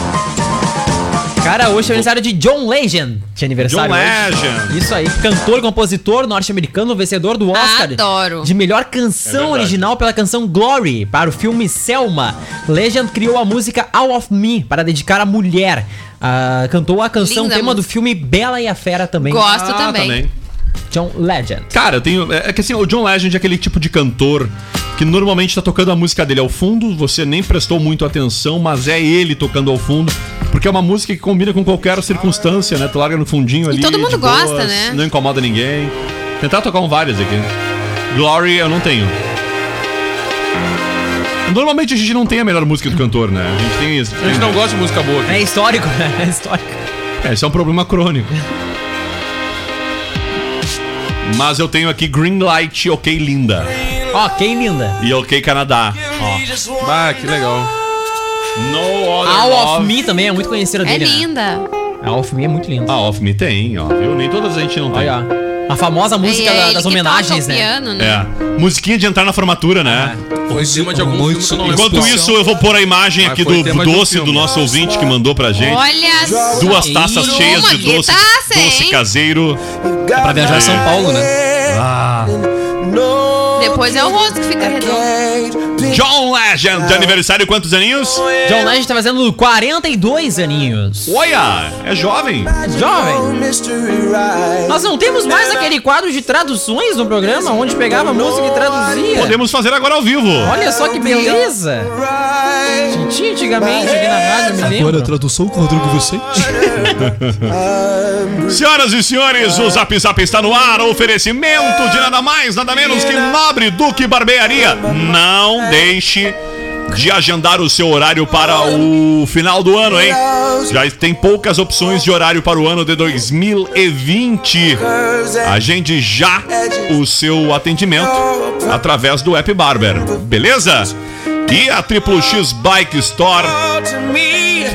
Speaker 1: Cara, hoje é aniversário de John Legend. De aniversário
Speaker 2: John
Speaker 1: hoje.
Speaker 2: Legend.
Speaker 1: Isso aí, cantor, compositor norte-americano, vencedor do Oscar.
Speaker 5: Adoro.
Speaker 1: De melhor canção
Speaker 2: É verdade.
Speaker 1: original pela canção Glory para o filme Selma. Legend criou a música All of Me para dedicar à mulher. Ah, cantou a canção
Speaker 5: Linda
Speaker 1: tema do
Speaker 5: música.
Speaker 1: filme Bela e a Fera também.
Speaker 5: Gosto
Speaker 2: Ah,
Speaker 5: também.
Speaker 1: John Legend.
Speaker 2: Cara, eu tenho. É é que assim, o John Legend é aquele tipo de cantor que normalmente tá tocando a música dele ao fundo, você nem prestou muito atenção, mas é ele tocando ao fundo. Porque é uma música que combina com qualquer circunstância, né? Tu larga no fundinho ali.
Speaker 5: todo mundo
Speaker 2: de
Speaker 5: gosta, né?
Speaker 2: Não incomoda ninguém. Tentar tocar um várias aqui. Glory eu não tenho. Normalmente a gente não tem a melhor música do cantor, né? A gente tem isso.
Speaker 3: A gente não gosta de música boa aqui.
Speaker 1: É histórico, né? É histórico.
Speaker 2: É, isso é um problema crônico. Mas eu tenho aqui Green Light, ok, linda.
Speaker 1: Ó, quem linda.
Speaker 2: E ok, Canadá.
Speaker 3: Ah, que legal.
Speaker 2: No other
Speaker 1: All
Speaker 2: love.
Speaker 1: of Me também é muito conhecida
Speaker 5: É
Speaker 1: dele. né?
Speaker 5: linda.
Speaker 1: All of Me é muito linda.
Speaker 2: Ah, off me tem, ó. Viu? Nem todas a gente não tem.
Speaker 1: Olha, ó. a famosa música
Speaker 5: É
Speaker 1: da-
Speaker 5: ele
Speaker 1: das
Speaker 5: que
Speaker 1: homenagens,
Speaker 5: toca o
Speaker 1: né?
Speaker 5: Piano, né?
Speaker 2: É. Musiquinha de entrar na formatura, né?
Speaker 3: Foi em cima de algum
Speaker 4: muito
Speaker 3: filme que eu não lembro.
Speaker 2: Enquanto isso, eu vou pôr a imagem
Speaker 3: Mas
Speaker 2: aqui
Speaker 3: foi
Speaker 2: do
Speaker 3: tema de um
Speaker 2: doce do
Speaker 3: filme.
Speaker 2: nosso ouvinte que mandou pra gente.
Speaker 5: Olha só.
Speaker 2: Duas taças
Speaker 5: Isso.
Speaker 2: cheias de
Speaker 5: Uma
Speaker 2: doce,
Speaker 5: guitaça,
Speaker 2: doce
Speaker 5: hein?
Speaker 2: caseiro.
Speaker 4: É pra viajar a São Paulo, né?
Speaker 5: Depois é o rosto que fica redondo.
Speaker 2: John Legend, de aniversário, quantos aninhos?
Speaker 1: John Legend tá fazendo 42 aninhos.
Speaker 2: Olha, é jovem. Oh,
Speaker 1: Jovem! Nós não temos mais aquele quadro de traduções no programa onde pegava a música e traduzia.
Speaker 2: Podemos fazer agora ao vivo.
Speaker 1: Olha só que beleza! Tinha antigamente aqui na rádio, me
Speaker 4: Agora a
Speaker 1: lembro.
Speaker 4: tradução com o Rodrigo Vicente.
Speaker 2: Senhoras e senhores, o Zap Zap está no ar. Oferecimento de nada mais, nada menos que Nobre Duque Barbearia. Não deixe de agendar o seu horário para o final do ano, hein? Já tem poucas opções de horário para o ano de 2020. Agende já o seu atendimento através do app Barber, beleza? E a Triple X Bike Store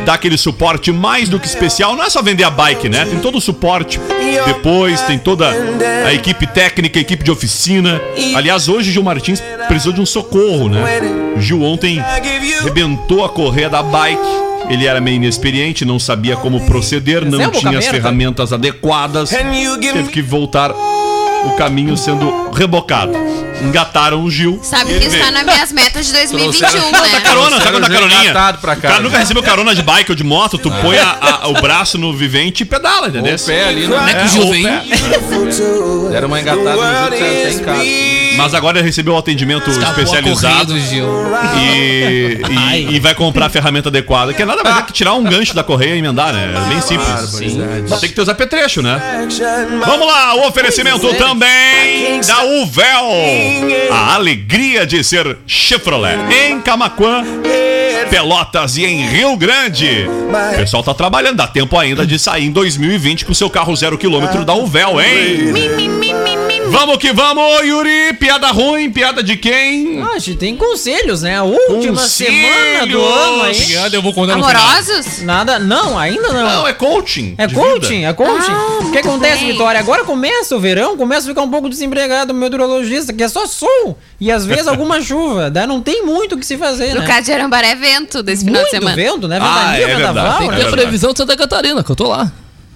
Speaker 2: dá aquele suporte mais do que especial. Não é só vender a bike, né? Tem todo o suporte. Depois tem toda a equipe técnica, a equipe de oficina. Aliás, hoje o Gil Martins precisou de um socorro, né? O Gil ontem rebentou a correia da bike. Ele era meio inexperiente, não sabia como proceder,
Speaker 1: é
Speaker 2: não
Speaker 1: boca
Speaker 2: tinha as
Speaker 1: aberta.
Speaker 2: ferramentas adequadas.
Speaker 3: É,
Speaker 2: Teve que voltar o caminho sendo rebocado. Engataram o Gil.
Speaker 5: Sabe
Speaker 2: e
Speaker 5: que
Speaker 2: ele
Speaker 5: isso
Speaker 2: veio.
Speaker 5: tá nas minhas metas de 2021,
Speaker 2: Dá
Speaker 5: né?
Speaker 2: É, carona, sabe quando dá
Speaker 3: Cara,
Speaker 2: caroninha?
Speaker 3: engatado um pra cá,
Speaker 2: o cara nunca
Speaker 3: né?
Speaker 2: recebeu carona de bike ou de moto, tu põe a- a- o braço no vivente e pedala, entendeu?
Speaker 3: O pé ali, né?
Speaker 2: É,
Speaker 4: Gil
Speaker 2: ou o
Speaker 4: vem.
Speaker 2: pé.
Speaker 3: Era uma engatada no jogo até em casa.
Speaker 2: Mas agora ele recebeu o atendimento especializado
Speaker 4: Especializado. Gil.
Speaker 2: e, e- e vai comprar a ferramenta adequada, que é nada mais do que tirar um gancho da correia e emendar, né? É bem simples. Só tem que ter os apetrechos, né? Vamos lá, o oferecimento também da Uvel. A alegria de ser Chevrolet em Camaquã, Pelotas e em Rio Grande. O pessoal tá trabalhando, dá tempo ainda de sair em 2020 com seu carro zero quilômetro da Uvel, hein? Vamos que vamos, Yuri! Piada ruim, piada de quem?
Speaker 1: Ah, a gente tem conselhos, né? A última
Speaker 2: Conselhos.
Speaker 1: semana do ano aí.
Speaker 4: Obrigado, eu vou contar no final.
Speaker 5: Amorosos?
Speaker 1: Nada, não, ainda não.
Speaker 2: Não, é coaching.
Speaker 1: É
Speaker 2: de
Speaker 1: coaching,
Speaker 2: vida.
Speaker 1: é coaching.
Speaker 5: Ah,
Speaker 1: o que
Speaker 5: muito
Speaker 1: acontece,
Speaker 5: bem.
Speaker 1: Vitória? Agora começa o verão, começa a ficar um pouco desempregado o meu meteorologista, que é só sol e às vezes alguma chuva. Daí não tem muito o que se fazer,
Speaker 5: No
Speaker 1: né?
Speaker 5: caso de Arambaré é vento desse final
Speaker 1: Muito
Speaker 5: de semana.
Speaker 1: vento, né?
Speaker 2: Ah,
Speaker 1: Ventania,
Speaker 2: é
Speaker 1: vendaval,
Speaker 2: verdade.
Speaker 4: Tem que ter
Speaker 2: É
Speaker 4: a previsão de Santa Catarina, que eu tô lá.
Speaker 1: né?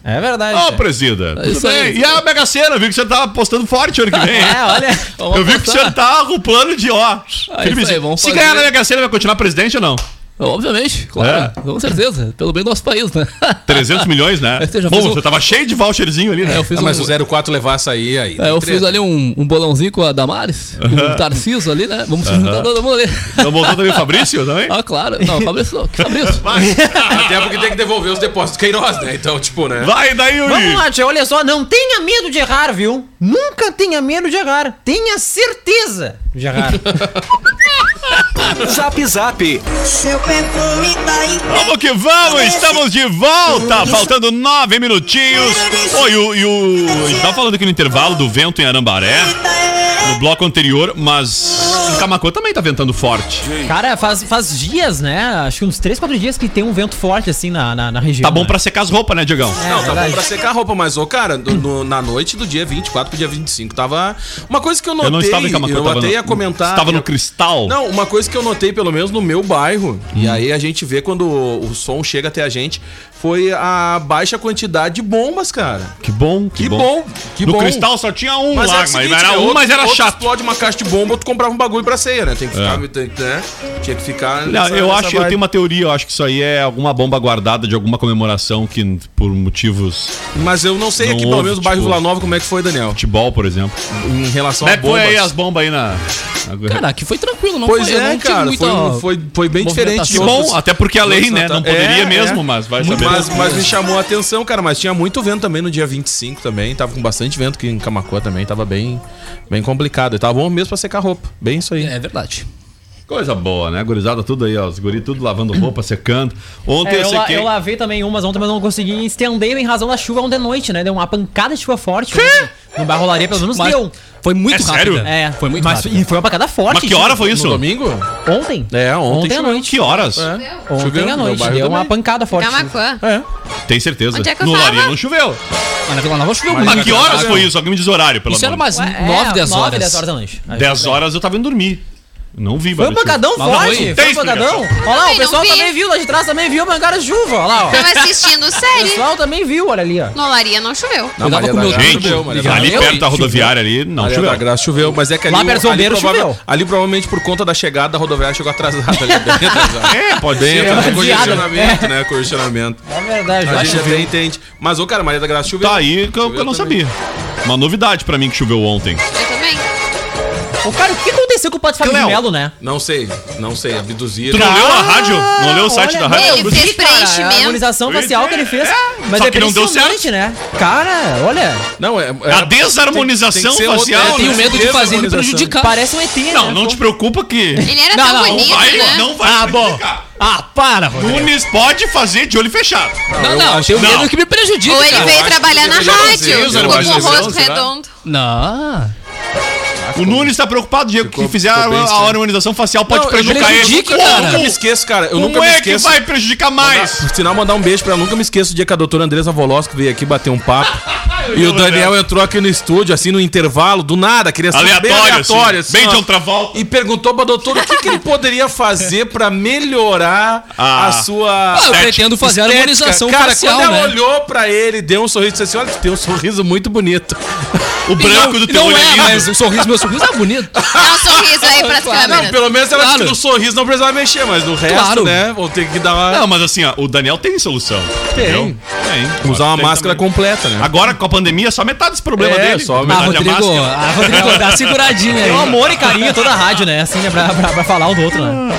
Speaker 1: É verdade.
Speaker 2: Ó,
Speaker 1: cara.
Speaker 2: presida.
Speaker 4: É isso
Speaker 2: tudo
Speaker 4: aí.
Speaker 2: bem. E a Mega Sena, eu vi que você tá apostando forte ano que vem. hein?
Speaker 1: É, olha.
Speaker 2: Eu vi que você tá com o plano de ó. Felipe,
Speaker 4: É isso aí, vamos
Speaker 2: se
Speaker 4: fazer.
Speaker 2: ganhar na Mega Sena, vai continuar presidente ou não?
Speaker 4: Obviamente, claro. Com certeza. Pelo bem do nosso país, né?
Speaker 2: 300 É, milhões, né?
Speaker 4: Você já
Speaker 2: Bom,
Speaker 4: fez um-
Speaker 2: você tava cheio de voucherzinho ali, né?
Speaker 4: É, eu fiz
Speaker 3: Ah,
Speaker 4: um-
Speaker 3: mas o 04 levar essa aí, aí.
Speaker 4: É, eu fiz ali um, um bolãozinho com a Damares, com o Tarciso ali, né? Vamos se juntar todo mundo ali.
Speaker 2: Então voltou também o Fabrício é? também?
Speaker 4: Ah, claro. Não, Fabrício não. Que Fabrício?
Speaker 3: Até porque tem que devolver os depósitos Queiroz, né? Então, tipo, né?
Speaker 2: Vai daí, Yuri!
Speaker 1: Vamos lá, tia, olha só, não tenha medo de errar, viu? Nunca tenha medo de errar. Tenha certeza de errar.
Speaker 6: Zap Zap.
Speaker 2: Vamos que vamos, estamos de volta, faltando nove minutinhos. Oi, e o, e o- a gente tava falando aqui no intervalo do vento em Arambaré, no bloco anterior, mas em Camacuã também tá ventando forte.
Speaker 1: Cara, faz, faz dias, né? Acho que uns 3, 4 dias que tem um vento forte assim na, na, na região.
Speaker 2: Tá bom
Speaker 1: né?
Speaker 2: pra secar as roupas, né, Diegão?
Speaker 1: É,
Speaker 3: Não, tá bom
Speaker 1: verdade.
Speaker 3: pra secar a roupa, mas, ô, cara, do- no- na noite do dia 24 pro dia 25, tava. Uma coisa que eu notei.
Speaker 2: Eu não estava em Camacuã,
Speaker 3: eu
Speaker 2: tava
Speaker 3: até
Speaker 2: no-
Speaker 3: ia comentar.
Speaker 2: Estava no
Speaker 3: eu-
Speaker 2: cristal.
Speaker 3: Não, uma
Speaker 2: Hum.
Speaker 3: coisa que eu notei, pelo menos no meu bairro, e aí a gente vê quando o, o som chega até a gente, foi a baixa quantidade de bombas, cara.
Speaker 2: Que bom, que,
Speaker 3: Que
Speaker 2: bom.
Speaker 3: bom, que
Speaker 2: no
Speaker 3: bom.
Speaker 2: cristal só tinha um lá,
Speaker 3: é o
Speaker 2: mas
Speaker 3: seguinte,
Speaker 2: era
Speaker 3: né,
Speaker 2: um,
Speaker 3: outro-
Speaker 2: mas era
Speaker 3: outro
Speaker 2: chato.
Speaker 3: explode uma caixa de bomba, tu comprava um bagulho pra ceia, né? Tem que ficar,
Speaker 2: É.
Speaker 3: tem que, né? Tinha que ficar.
Speaker 2: Olha,
Speaker 3: nessa-
Speaker 2: eu
Speaker 3: nessa
Speaker 2: acho, eu
Speaker 3: vibe.
Speaker 2: tenho uma teoria, eu acho que isso aí é alguma bomba guardada de alguma comemoração que por motivos
Speaker 3: Mas eu não sei
Speaker 2: Não
Speaker 3: aqui, pelo
Speaker 2: houve,
Speaker 3: menos, o bairro
Speaker 2: tipo-
Speaker 3: Vila Nova, como é que foi, Daniel?
Speaker 2: futebol, por exemplo.
Speaker 3: Em relação
Speaker 2: Como
Speaker 3: a
Speaker 2: é que foi
Speaker 3: bombas.
Speaker 2: aí as bombas aí na
Speaker 4: Cara, aqui foi tranquilo, não
Speaker 3: Pois
Speaker 4: foi.
Speaker 3: é,
Speaker 4: não tive
Speaker 3: cara,
Speaker 4: muita-
Speaker 3: foi, um- foi, foi bem diferente
Speaker 2: Que
Speaker 4: movimentação.
Speaker 3: outros-
Speaker 2: bom, até porque a lei, né, não poderia
Speaker 3: É,
Speaker 2: mesmo,
Speaker 3: é.
Speaker 2: mas vai
Speaker 3: Muito-
Speaker 2: saber.
Speaker 3: Mas, mas me chamou a atenção, cara. Mas tinha muito vento também no dia 25 também. Tava com bastante vento aqui em Camacuã também. Tava bem, bem complicado. E tava bom mesmo pra secar roupa. Bem isso aí.
Speaker 4: É verdade.
Speaker 2: Coisa boa, né? Gurizada tudo aí, ó, os guri tudo lavando roupa, secando. Ontem eu
Speaker 1: É, eu, la-
Speaker 2: sequei.
Speaker 1: eu lavei também umas ontem, mas não consegui estender em razão da chuva ontem à noite, né? Deu uma pancada de chuva forte. ontem. No bairro Olaria, pelo menos
Speaker 4: Mas
Speaker 1: deu.
Speaker 4: Foi muito
Speaker 2: É
Speaker 4: rápido. né?
Speaker 2: sério?
Speaker 1: É,
Speaker 4: foi muito
Speaker 1: mas,
Speaker 4: rápido.
Speaker 1: E foi uma pancada forte.
Speaker 2: Mas que hora foi isso?
Speaker 3: No domingo?
Speaker 1: Ontem.
Speaker 3: É, ontem
Speaker 1: à
Speaker 3: choveu.
Speaker 1: noite.
Speaker 2: Que horas?
Speaker 1: Ontem
Speaker 3: Choveu
Speaker 1: à
Speaker 3: no
Speaker 1: noite.
Speaker 3: bairro
Speaker 1: Deu uma
Speaker 3: também.
Speaker 1: pancada forte.
Speaker 5: Camacuã.
Speaker 2: Tem certeza.
Speaker 5: Onde é que eu
Speaker 2: no
Speaker 5: tava?
Speaker 2: Laria não choveu.
Speaker 4: Mas na Vila Nova choveu
Speaker 2: Mas
Speaker 4: muito.
Speaker 2: que horas foi isso? Alguém me diz horário, pelo
Speaker 4: Isso era umas
Speaker 2: menos.
Speaker 4: 9, 10 horas.
Speaker 1: 9, 10 é, horas da noite.
Speaker 2: 10 horas eu tava indo dormir. Não né, vi,
Speaker 1: é. Foi um
Speaker 2: barulho.
Speaker 1: pancadão
Speaker 4: Lá não
Speaker 1: forte.
Speaker 4: tem
Speaker 1: Foi um pancadão.
Speaker 2: explicação.
Speaker 1: Olha lá, o
Speaker 5: Também não
Speaker 1: pessoal
Speaker 5: vi.
Speaker 1: também viu lá de trás, também viu a pancada de chuva. Olha lá, ó.
Speaker 5: Tava assistindo
Speaker 1: O
Speaker 5: série.
Speaker 1: pessoal também viu, olha ali, ó.
Speaker 5: No Olaria não choveu.
Speaker 4: dava
Speaker 3: Não, Maria
Speaker 4: com
Speaker 3: da
Speaker 4: meu
Speaker 3: Graça
Speaker 2: Gente,
Speaker 3: choveu, Maria da
Speaker 2: ali
Speaker 3: Graça.
Speaker 4: Gabriel
Speaker 2: perto da
Speaker 4: e
Speaker 2: rodoviária ali, não
Speaker 3: Maria da
Speaker 2: choveu.
Speaker 3: Graça choveu, mas é que ali,
Speaker 1: Lá perto do
Speaker 3: ali,
Speaker 1: bombeiro
Speaker 3: provável-
Speaker 1: choveu.
Speaker 3: ali provavelmente por conta da chegada da rodoviária chegou atrasada ali. Bem atrasada.
Speaker 2: É, pode
Speaker 3: Bem,
Speaker 2: ser.
Speaker 3: atrasada.
Speaker 1: uma
Speaker 3: congestionamento, né? Congestionamento.
Speaker 1: É verdade,
Speaker 3: A gente
Speaker 1: Jorge.
Speaker 3: até entende. Mas, ô, cara, Maria da Graça choveu.
Speaker 2: Tá aí que eu, que eu não
Speaker 3: Choveu
Speaker 2: sabia. Uma novidade pra mim que choveu ontem.
Speaker 5: Eu também.
Speaker 1: Ô, cara, o que aconteceu com o Padre Fábio de
Speaker 2: Cleo.
Speaker 1: Melo, né?
Speaker 3: Não sei, não sei. Abduziram.
Speaker 2: Tu não leu a rádio? Não leu o site da rádio?
Speaker 5: Ah, ele
Speaker 1: meu,
Speaker 5: fez
Speaker 1: cara,
Speaker 5: preenchimento.
Speaker 1: A harmonização facial que ele fez. Mas
Speaker 2: só
Speaker 1: é
Speaker 2: que não deu
Speaker 1: impressionante, né? Cara, olha.
Speaker 3: Não, é. é-
Speaker 2: A desarmonização
Speaker 3: tem que ser outra-
Speaker 2: facial.
Speaker 3: é, tem
Speaker 4: Tenho
Speaker 2: né?
Speaker 4: medo de fazer ele
Speaker 3: Desvalorização.
Speaker 4: prejudicar.
Speaker 1: Parece um ET, né?
Speaker 2: Não, não te preocupa que.
Speaker 5: Ele era
Speaker 4: Não,
Speaker 5: tão
Speaker 4: não,
Speaker 5: bonito,
Speaker 2: Vai,
Speaker 5: né?
Speaker 2: não vai. Ah, bom.
Speaker 4: Ah, para, Rodrigo.
Speaker 2: Nunes pode fazer de olho fechado.
Speaker 4: Não, não,
Speaker 3: acho
Speaker 4: tenho
Speaker 2: que-
Speaker 4: medo
Speaker 2: Não.
Speaker 4: que me prejudique,
Speaker 5: Ou ele
Speaker 4: cara.
Speaker 5: veio
Speaker 3: acho
Speaker 5: trabalhar
Speaker 3: que
Speaker 5: na
Speaker 3: deveria
Speaker 5: rádio.
Speaker 3: fazer,
Speaker 2: eu
Speaker 5: Ficou
Speaker 2: acho
Speaker 5: com o
Speaker 2: que
Speaker 5: rosto
Speaker 3: será?
Speaker 5: redondo.
Speaker 4: Não.
Speaker 2: O Nunes tá preocupado, Diego, que
Speaker 3: Ficou-
Speaker 2: fizer
Speaker 3: ficou bem
Speaker 2: a, a
Speaker 3: estranho.
Speaker 2: harmonização facial pode
Speaker 3: Não,
Speaker 2: prejudicar
Speaker 3: eu
Speaker 2: ele.
Speaker 4: prejudica,
Speaker 3: nunca,
Speaker 4: cara.
Speaker 3: Eu nunca me esqueço, cara. Eu nunca
Speaker 2: Como
Speaker 3: me
Speaker 2: é que
Speaker 3: esqueço.
Speaker 2: vai prejudicar mais?
Speaker 3: Por sinal, mandar um beijo pra ela. Nunca me esqueço o dia que a doutora Andresa Volosco veio aqui bater um papo. e o Daniel entrou aqui no estúdio, assim, no intervalo, do nada, queria ser
Speaker 2: Aleatório,
Speaker 3: bem aleatório,
Speaker 2: assim, bem
Speaker 3: ó.
Speaker 2: John Travolta.
Speaker 3: E perguntou pra doutora o que, que ele poderia fazer pra melhorar
Speaker 2: Ah.
Speaker 3: a sua.
Speaker 4: Eu pretendo fazer a
Speaker 3: estética.
Speaker 4: harmonização
Speaker 3: cara,
Speaker 4: facial,
Speaker 2: é
Speaker 3: quando
Speaker 4: né?
Speaker 3: ela olhou pra ele, deu um sorriso e disse assim: Olha, tu tem um sorriso muito bonito.
Speaker 2: O branco
Speaker 4: não,
Speaker 2: do teu
Speaker 4: não
Speaker 2: olho é
Speaker 4: é,
Speaker 2: lindo.
Speaker 4: mas o sorriso, meu sorriso é bonito.
Speaker 5: Dá um sorriso aí pras
Speaker 3: Não,
Speaker 5: câmeras.
Speaker 3: pelo menos ela disse
Speaker 4: Claro.
Speaker 3: que no sorriso não precisava mexer, mas no resto,
Speaker 4: Claro.
Speaker 3: né? Vou ter que dar uma.
Speaker 2: Não, mas assim, ó, o Daniel tem solução. entendeu? Tem.
Speaker 3: usar uma
Speaker 2: Tem
Speaker 3: máscara
Speaker 2: também.
Speaker 3: completa, né?
Speaker 2: Agora com a pandemia, só metade desse problema
Speaker 3: É,
Speaker 2: dele.
Speaker 3: só
Speaker 2: Na
Speaker 4: Ah,
Speaker 2: verdade, a
Speaker 4: Rodrigo,
Speaker 2: máscara.
Speaker 4: ah, Rodrigo, dá uma seguradinha aí.
Speaker 1: Tem um amor e carinho toda a rádio, né? Assim, né? Pra, pra, pra falar um do outro, né?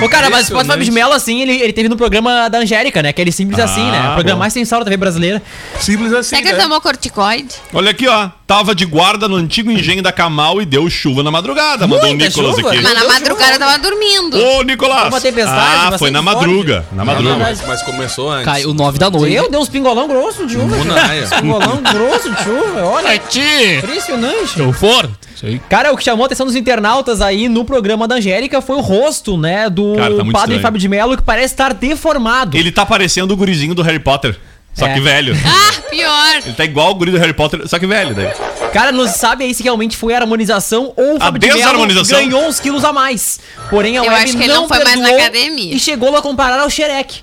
Speaker 1: Ô, cara, mas o Spot
Speaker 4: né?
Speaker 1: Fábio de Mello, assim, ele, ele teve no programa da Angélica, né? Que ele
Speaker 4: Ah,
Speaker 1: simples assim, né? O programa
Speaker 2: bom.
Speaker 1: mais sensual da TV brasileira.
Speaker 3: Simples assim.
Speaker 7: né?
Speaker 5: Será que ele tomou corticoide?
Speaker 2: Olha aqui, ó. Tava de guarda no antigo engenho da Camal e deu chuva na madrugada. Mandou o
Speaker 1: Muita
Speaker 2: Nicolas
Speaker 1: chuva?
Speaker 2: aqui.
Speaker 5: Mas na
Speaker 1: Deus,
Speaker 5: madrugada eu tava dormindo.
Speaker 2: Ô, Nicolas!
Speaker 1: Uma tempestade,
Speaker 2: ah,
Speaker 1: bastante
Speaker 2: foi na
Speaker 1: forte.
Speaker 2: madruga. Na madruga.
Speaker 3: mas, mas começou antes.
Speaker 4: Caiu 9 da noite. né?
Speaker 1: Eu dei uns pingolão grosso de chuva.
Speaker 3: Munaia.
Speaker 1: cara. Pingolão grosso de chuva, olha. Impressionante.
Speaker 4: Eu for. Isso aí.
Speaker 1: Cara, o que chamou a atenção dos internautas aí no programa da Angélica foi o rosto, né, do
Speaker 2: Cara, tá muito
Speaker 1: padre
Speaker 2: estranho.
Speaker 1: Fábio de Mello, que parece estar deformado.
Speaker 2: Ele tá parecendo o gurizinho do Harry Potter. Só
Speaker 1: É.
Speaker 2: que velho.
Speaker 5: Ah, pior.
Speaker 2: Ele tá igual o guri do Harry Potter, só que velho. Daí.
Speaker 1: Cara, não se sabe aí se realmente foi a harmonização ou o Fábio de Mello
Speaker 2: desarmonização?
Speaker 1: ganhou uns quilos a mais. Porém, a
Speaker 5: Eu
Speaker 1: web
Speaker 5: acho que ele não foi mais na
Speaker 1: perdoou
Speaker 5: academia.
Speaker 1: E chegou lá comparar ao Xerec.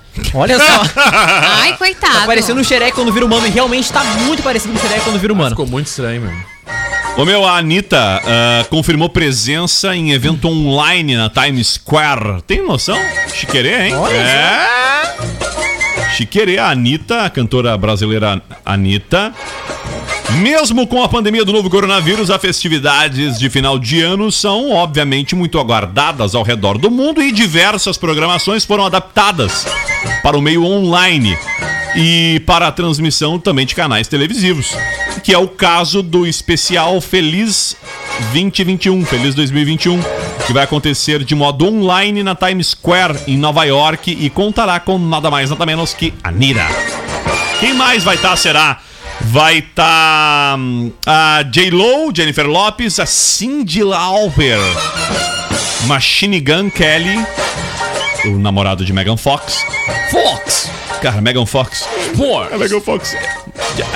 Speaker 1: Olha só.
Speaker 2: Ah,
Speaker 5: Ai, coitado.
Speaker 1: tá parecendo o Xerec quando vira humano. E realmente tá muito parecido com o Xerec quando vira humano.
Speaker 3: Ficou muito estranho, mesmo.
Speaker 2: Ô meu, a Anitta ah, confirmou presença em evento online na Times Square. Tem noção? Chiquerê, hein? é. Chiquerê, a Anitta, a cantora brasileira Anitta. Mesmo com a pandemia do novo coronavírus, as festividades de final de ano são, obviamente, muito aguardadas ao redor do mundo e diversas programações foram adaptadas para o meio online e para a transmissão também de canais televisivos, que é o caso do especial Feliz 2021, Feliz 2021, que vai acontecer de modo online na Times Square em Nova York e contará com nada mais nada menos que Anira. Quem mais vai estar, será? Vai estar a J-Lo, Jennifer Lopes, a Cindy Lauper, Machine Gun Kelly, o namorado de Megan Fox.
Speaker 4: Fox.
Speaker 2: Cara, Megan Fox. Pô, é Megan Fox.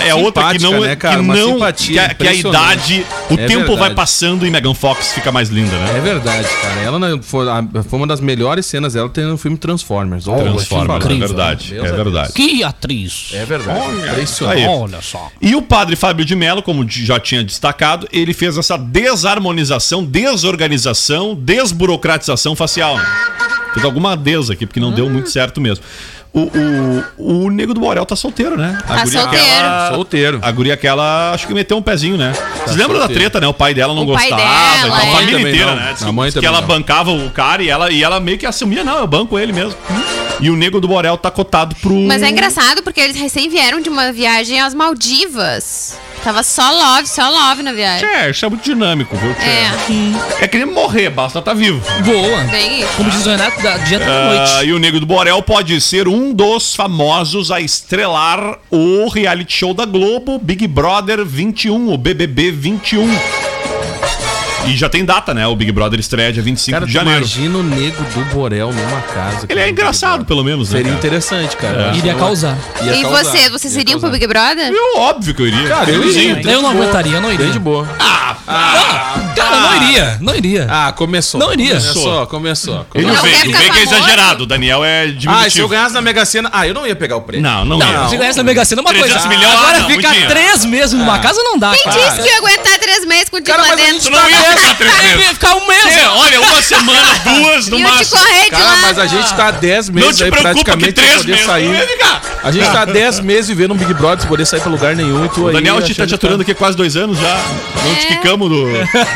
Speaker 2: é outra que
Speaker 3: Simpática,
Speaker 2: não.
Speaker 3: né, cara?
Speaker 2: que
Speaker 3: Uma
Speaker 2: não
Speaker 3: simpatia
Speaker 2: que, a, que a
Speaker 3: impressionante.
Speaker 2: idade. O
Speaker 3: É
Speaker 2: tempo
Speaker 3: verdade.
Speaker 2: vai passando e Megan Fox fica mais linda, né?
Speaker 3: É
Speaker 7: verdade, cara. Ela na- foi, a- foi uma das melhores cenas dela tem no filme Transformers. Olha,
Speaker 2: Transforma,
Speaker 7: que
Speaker 2: é
Speaker 7: incrível.
Speaker 2: verdade.
Speaker 7: Deus
Speaker 2: É
Speaker 7: a
Speaker 2: verdade.
Speaker 4: Que atriz!
Speaker 7: É verdade.
Speaker 2: Aí.
Speaker 7: Impressionante.
Speaker 4: Olha só.
Speaker 2: E o padre Fábio de Mello, como de- já tinha destacado, ele fez essa desarmonização, desorganização, desburocratização facial. né? Fez alguma des aqui, porque não deu
Speaker 5: Hum.
Speaker 2: muito certo mesmo. O, o, o Nego do Borel tá solteiro, né? A
Speaker 5: Tá
Speaker 2: guria
Speaker 5: solteiro.
Speaker 3: é
Speaker 2: aquela-
Speaker 3: Solteiro.
Speaker 2: A guria aquela, acho que meteu um pezinho, né? Vocês lembram da
Speaker 3: Tá solteiro.
Speaker 2: treta, né? O pai dela não
Speaker 5: O pai
Speaker 2: gostava,
Speaker 5: dela,
Speaker 2: então,
Speaker 5: é.
Speaker 2: a família
Speaker 3: Também
Speaker 2: inteira,
Speaker 3: não.
Speaker 2: né? Diz
Speaker 3: A mãe
Speaker 2: diz que
Speaker 3: também
Speaker 2: ela
Speaker 3: não.
Speaker 2: bancava o cara e ela, e ela meio que assumia, não, eu banco ele mesmo. E o Nego do Borel tá cotado pro...
Speaker 5: Mas é engraçado porque eles recém vieram de uma viagem às Maldivas. Tava só love, só love na viagem.
Speaker 2: É, isso é muito dinâmico, viu? tchê?
Speaker 5: É,
Speaker 2: É que nem morrer, basta tá vivo.
Speaker 4: Boa.
Speaker 5: bem isso.
Speaker 4: Como diz o Renato, da dieta da
Speaker 2: Ah,
Speaker 4: noite.
Speaker 2: e o Nego do Borel pode ser um dos famosos a estrelar o reality show da Globo, Big Brother 21, o BBB 21. E já tem data, né? O Big Brother estreia dia 25
Speaker 7: Cara,
Speaker 2: de
Speaker 7: tu
Speaker 2: janeiro.
Speaker 7: imagina o nego do Borel numa casa. um
Speaker 2: Ele é
Speaker 7: cara.
Speaker 2: engraçado, pelo menos, né?
Speaker 7: Seria
Speaker 2: cara? É.
Speaker 7: interessante, cara.
Speaker 4: Iria causar.
Speaker 7: Ia
Speaker 5: E
Speaker 7: causar.
Speaker 5: você, um vocês
Speaker 7: Ia
Speaker 5: iriam pro
Speaker 7: causar.
Speaker 5: Big Brother?
Speaker 2: Eu, óbvio que Ah, eu iria. Ah,
Speaker 3: Cara, eu
Speaker 2: Sim.
Speaker 3: iria.
Speaker 4: Eu não
Speaker 3: Boa.
Speaker 4: aguentaria, eu não
Speaker 7: Bem de
Speaker 4: iria.
Speaker 7: boa.
Speaker 4: Cara, eu não iria, não iria.
Speaker 3: Ah, começou.
Speaker 4: Não iria.
Speaker 3: Começou, começou.
Speaker 2: Ele
Speaker 5: Não,
Speaker 2: não vem,
Speaker 5: quer
Speaker 2: ele
Speaker 5: ficar
Speaker 2: vem que é
Speaker 5: famoso?
Speaker 2: exagerado. O Daniel é
Speaker 3: Ah, e se eu
Speaker 2: diminutivo.
Speaker 3: ganhasse na Mega Sena... Ah, eu não ia pegar o prêmio.
Speaker 2: não, não,
Speaker 4: Não,
Speaker 2: não.
Speaker 4: você ganha essa Mega Sena é uma coisa.
Speaker 2: 300 milhões,
Speaker 4: Agora
Speaker 2: não, Ah. muito
Speaker 4: fica
Speaker 2: dinheiro.
Speaker 4: três meses numa casa não dá,
Speaker 5: Quem
Speaker 4: cara.
Speaker 5: disse que eu ia aguentar três meses com o Di
Speaker 3: Cara, mas a
Speaker 5: Planeta?
Speaker 2: Tu não ia ficar três
Speaker 4: Cara,
Speaker 2: meses.
Speaker 4: ficar um mês.
Speaker 2: É, olha, uma semana, duas, no
Speaker 5: E eu te
Speaker 2: máximo.
Speaker 5: correr de
Speaker 3: Cara,
Speaker 5: lá.
Speaker 3: mas a
Speaker 5: pô.
Speaker 3: gente tá há 10
Speaker 2: Não
Speaker 3: meses
Speaker 2: te
Speaker 3: aí
Speaker 2: preocupa que
Speaker 3: praticamente pra
Speaker 2: três
Speaker 3: poder
Speaker 2: meses. tu ia
Speaker 3: sair.
Speaker 2: ficar.
Speaker 3: A gente tá há 10 meses vivendo um Big Brother, sem poder sair pra lugar nenhum e tu
Speaker 2: O
Speaker 3: aí...
Speaker 2: Daniel te tá te
Speaker 3: achando
Speaker 2: aturando aqui há quase dois anos já. Não te quicamos do.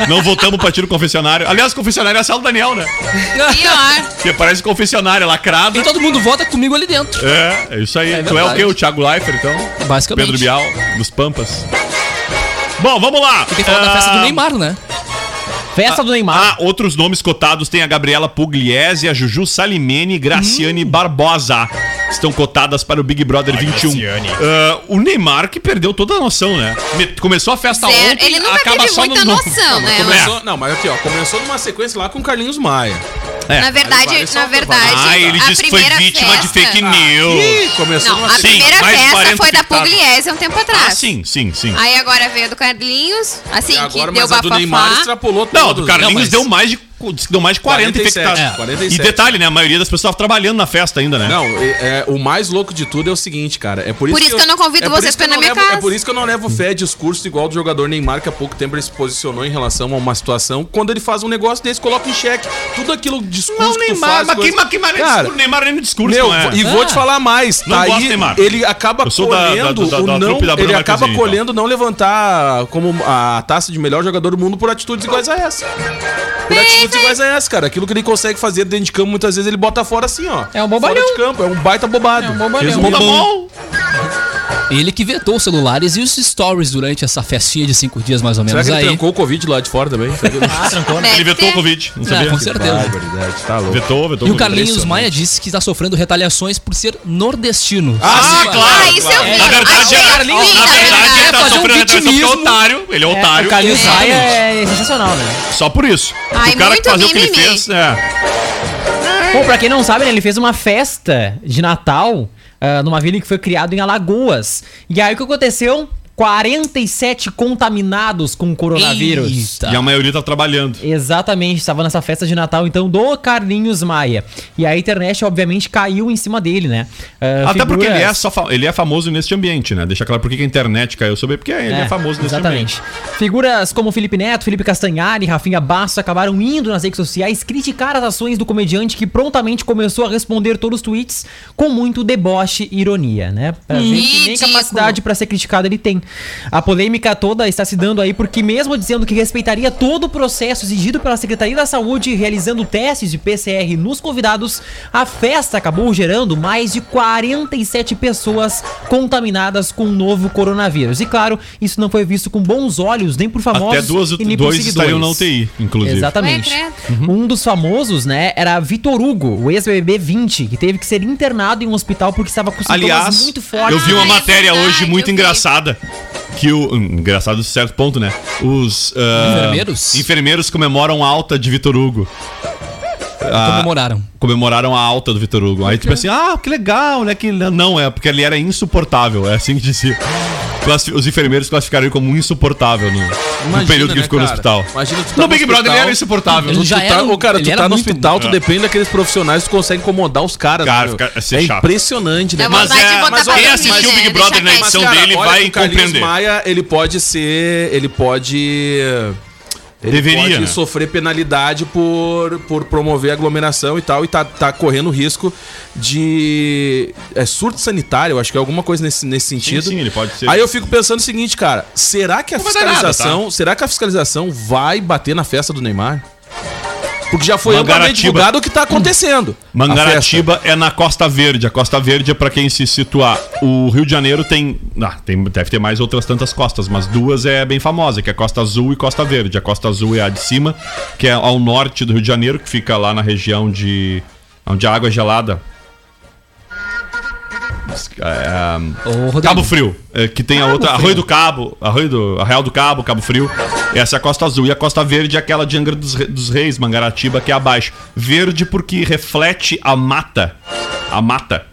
Speaker 2: Não voltamos pra tiro confessionário. Aliás, o confessionário é a sala do Daniel, né?
Speaker 5: Pior.
Speaker 2: Que parece confessionário, é lacrado.
Speaker 4: E todo mundo vota comigo ali dentro.
Speaker 2: É, é isso aí. tu é o
Speaker 4: verdade.
Speaker 2: quê? O Thiago Leifert, então?
Speaker 4: Basicamente.
Speaker 2: Pedro Bial, dos Pampas. Bom, vamos lá.
Speaker 4: Tem que falar da festa do
Speaker 2: Ah,
Speaker 4: Neymar, né?
Speaker 1: Festa do Neymar.
Speaker 2: Ah, outros nomes cotados tem a Gabriela Pugliese, a Juju Salimene e Graciane
Speaker 5: Hum.
Speaker 2: Barbosa. Estão cotadas para o Big Brother 21. Ah, o Neymar que perdeu toda a noção, né? Me- Começou a festa
Speaker 5: Zero.
Speaker 2: ontem,
Speaker 5: Ele nunca
Speaker 2: acaba
Speaker 5: teve
Speaker 2: só
Speaker 5: muita
Speaker 2: no- no-
Speaker 5: noção, né?
Speaker 3: Começou, não, mas aqui, ó, começou numa sequência lá com o Carlinhos Maia.
Speaker 2: É.
Speaker 5: Na verdade,
Speaker 3: Vale só
Speaker 5: na
Speaker 3: o
Speaker 5: verdade,
Speaker 2: Ah, ele
Speaker 5: a
Speaker 2: disse que foi
Speaker 5: primeira
Speaker 2: vítima de
Speaker 5: festa- Ah,
Speaker 2: fake news.
Speaker 3: Ih, começou
Speaker 5: Não, assim,
Speaker 3: numa
Speaker 5: a
Speaker 2: Sim,
Speaker 5: primeira
Speaker 2: mais
Speaker 5: festa
Speaker 2: 40
Speaker 5: foi da
Speaker 2: pitadas.
Speaker 5: Pugliese há um tempo
Speaker 2: Ah,
Speaker 5: atrás.
Speaker 2: sim, sim, sim.
Speaker 5: Aí agora veio a do Carlinhos, assim,
Speaker 3: Agora,
Speaker 5: que deu
Speaker 3: mas a do Neymar
Speaker 5: bafafá.
Speaker 3: extrapolou tudo.
Speaker 2: Não, do Carlinhos
Speaker 3: mas-
Speaker 2: deu mais de disse que deu mais de 40
Speaker 3: 47,
Speaker 2: infectados.
Speaker 3: é, 47.
Speaker 2: E detalhe, né? A maioria das pessoas estava trabalhando na festa ainda, né?
Speaker 3: Não, é, é, o mais louco de tudo é o seguinte, cara. É por isso,
Speaker 5: Por isso que eu não convido
Speaker 3: por
Speaker 5: vocês
Speaker 3: isso que
Speaker 5: pra ir
Speaker 3: eu
Speaker 5: na
Speaker 3: não
Speaker 5: minha
Speaker 3: levo-
Speaker 5: casa.
Speaker 3: É por isso que eu não levo fé a discurso igual do jogador Neymar, que há pouco tempo ele se posicionou em relação a uma situação. Quando ele faz um negócio desse, coloca em xeque tudo aquilo discurso
Speaker 2: Não,
Speaker 3: que tu
Speaker 2: Neymar,
Speaker 3: faz.
Speaker 2: mas
Speaker 3: coisa-
Speaker 2: quem- mas quem mais nem
Speaker 3: Cara,
Speaker 2: discurso, Neymar nem no discurso,
Speaker 3: Meu,
Speaker 2: não é?
Speaker 3: e vou
Speaker 5: Ah.
Speaker 3: te falar mais.
Speaker 2: Não
Speaker 3: tá
Speaker 2: gosto,
Speaker 3: aí,
Speaker 2: Neymar.
Speaker 3: ele acaba
Speaker 2: Eu sou da-
Speaker 3: colhendo
Speaker 2: da- da- da
Speaker 3: o não,
Speaker 2: trupe da
Speaker 3: ele
Speaker 2: Bruna
Speaker 3: acaba
Speaker 2: Marquezine, então.
Speaker 3: colhendo não levantar como a taça de melhor jogador do mundo por atitudes iguais a essa. Por atitudes iguais a é essa, cara. Aquilo que ele consegue fazer dentro de campo, muitas vezes ele bota fora assim, ó.
Speaker 4: É um bobalhão.
Speaker 3: Fora de campo, é um baita bobado. É um
Speaker 4: bobalhão.
Speaker 2: Tá bom.
Speaker 4: Ele que vetou os celulares e os stories durante essa festinha de cinco dias, mais ou
Speaker 3: Será
Speaker 4: menos.
Speaker 3: que ele
Speaker 4: aí.
Speaker 3: trancou o Covid lá de fora também?
Speaker 5: Deve
Speaker 2: Ele vetou
Speaker 5: ter.
Speaker 2: o Covid, não
Speaker 4: Ah,
Speaker 1: É,
Speaker 2: sabia?
Speaker 4: com certeza.
Speaker 3: Barbaridade, tá louco.
Speaker 2: Vetou, vetou
Speaker 4: E o
Speaker 2: Covid. é
Speaker 4: Carlinhos Maia disse que está sofrendo retaliações por ser nordestino.
Speaker 2: Ah,
Speaker 4: Sim,
Speaker 2: claro.
Speaker 5: Ah, isso eu vi.
Speaker 2: Na verdade, é-
Speaker 5: Achei
Speaker 2: na
Speaker 5: lindo, na
Speaker 2: verdade,
Speaker 5: verdade.
Speaker 2: ele tá
Speaker 4: fazer um
Speaker 2: sofrendo retaliação porque é
Speaker 4: vitimismo.
Speaker 2: otário. Ele é otário.
Speaker 1: o Carlinhos
Speaker 4: É.
Speaker 1: Maia é sensacional, né?
Speaker 2: Só por isso. o
Speaker 5: Ai,
Speaker 2: cara que
Speaker 5: muito
Speaker 2: fazer o que ele
Speaker 5: mimimi.
Speaker 2: fez. É.
Speaker 1: Bom, pra quem não sabe, né, ele fez uma festa de Natal ah, numa vila que foi criada em Alagoas. E aí o que aconteceu? 47 contaminados com coronavírus.
Speaker 4: Eita.
Speaker 2: E a maioria tá trabalhando.
Speaker 1: Exatamente, estava nessa festa de Natal, então, do Carlinhos Maia. E a internet, obviamente, caiu em cima dele, né? Ah,
Speaker 2: Até porque ele é,
Speaker 1: figuras-
Speaker 2: só fa- ele é famoso neste ambiente, né? Deixa claro por que que a internet caiu sobre, porque ele é, famoso neste ambiente.
Speaker 1: Exatamente. Figuras como Felipe Neto, Felipe Castanhari e Rafinha Bastos acabaram indo nas redes sociais criticar as ações do comediante que prontamente começou a responder todos os tweets com muito deboche e ironia, né? Pra ver que nem
Speaker 5: Ridículo.
Speaker 1: capacidade pra ser criticado ele tem. A polêmica toda está se dando aí porque mesmo dizendo que respeitaria todo o processo exigido pela Secretaria da Saúde realizando testes de PCR nos convidados, a festa acabou gerando mais de 47 pessoas contaminadas com o novo coronavírus. E claro, isso não foi visto com bons olhos nem por famosos
Speaker 2: Até duas,
Speaker 1: e nem por
Speaker 2: dois estariam na
Speaker 1: seguidores.
Speaker 2: UTI, inclusive.
Speaker 1: Exatamente.
Speaker 5: Ué,
Speaker 1: Um dos famosos, né, era Vitor Hugo, o ex-BBB 20, que teve que ser internado em um hospital porque estava com sintomas
Speaker 2: Aliás,
Speaker 1: muito fortes.
Speaker 2: eu vi uma
Speaker 5: Ah, é
Speaker 2: matéria
Speaker 5: verdade,
Speaker 2: hoje muito
Speaker 5: eu vi.
Speaker 2: engraçada. Que o. hum, Engraçado de certo ponto, né? Os. ah,
Speaker 4: Enfermeiros?
Speaker 2: Enfermeiros comemoram a alta de Vitor Hugo. a-
Speaker 4: Comemoraram.
Speaker 2: Ah, comemoraram a alta do Vitor Hugo. Aí, tipo assim, ah, que legal, né? Que... Não, é porque ele era insuportável. É assim que dizia. Classi- Os enfermeiros classificaram ele como insuportável no, no
Speaker 7: Imagina,
Speaker 2: período que ele
Speaker 7: né,
Speaker 2: ficou no
Speaker 7: cara?
Speaker 2: hospital.
Speaker 7: Imagina tu tá
Speaker 2: no Big
Speaker 7: hospital,
Speaker 2: Brother ele era insuportável.
Speaker 4: Ele
Speaker 7: Tu
Speaker 4: já
Speaker 7: tá,
Speaker 4: era um-
Speaker 7: ô, cara,
Speaker 4: ele
Speaker 7: tu
Speaker 4: era
Speaker 7: tá no
Speaker 4: muito-
Speaker 7: hospital, tu
Speaker 2: É.
Speaker 7: depende daqueles profissionais, tu consegue incomodar os caras.
Speaker 2: Cara,
Speaker 7: meu.
Speaker 3: né,
Speaker 2: fica- isso é
Speaker 7: é
Speaker 2: chato.
Speaker 7: impressionante, né?
Speaker 5: Dá
Speaker 7: Mas,
Speaker 2: Mas
Speaker 5: vontade
Speaker 2: é-
Speaker 5: de botar
Speaker 2: mas
Speaker 5: pra
Speaker 2: quem
Speaker 5: dormir,
Speaker 2: assistiu o Big
Speaker 5: né?
Speaker 2: Brother
Speaker 5: Deixa
Speaker 2: na edição
Speaker 5: quieto.
Speaker 2: dele? ele vai
Speaker 3: o Carlinhos
Speaker 2: compreender.
Speaker 3: Maia, ele pode ser. Ele pode. Ele
Speaker 2: Deveria,
Speaker 3: pode
Speaker 2: né?
Speaker 3: sofrer penalidade por, por promover aglomeração e tal, e tá, tá correndo risco de. É surto sanitário, eu acho que é alguma coisa nesse, nesse sentido.
Speaker 2: sim, ele pode ser.
Speaker 3: Aí eu fico pensando o seguinte, cara, será que a
Speaker 2: vai dar nada, tá?
Speaker 3: fiscalização. Será que a fiscalização vai bater na festa do Neymar? Porque já foi
Speaker 2: Mangaratiba.
Speaker 3: amplamente divulgado o que tá acontecendo. A festa.
Speaker 2: Mangaratiba é na Costa Verde. A Costa Verde é pra quem se situar. O Rio de Janeiro tem, ah, tem- Deve ter mais outras tantas costas, mas duas é bem famosa, que é Costa Azul e Costa Verde. A Costa Azul é a de cima, que é ao norte do Rio de Janeiro, que fica lá na região de. onde a água é gelada. É,
Speaker 4: Ô, Rodrigo.
Speaker 2: Cabo Frio, é, que tem a outra. Arroio do Cabo, Arroio do, Arreal do Cabo, Cabo Frio. Essa é a Costa Azul. E a Costa Verde é aquela de Angra dos, Re- dos Reis, Mangaratiba, que é abaixo. Verde porque reflete a mata. A mata.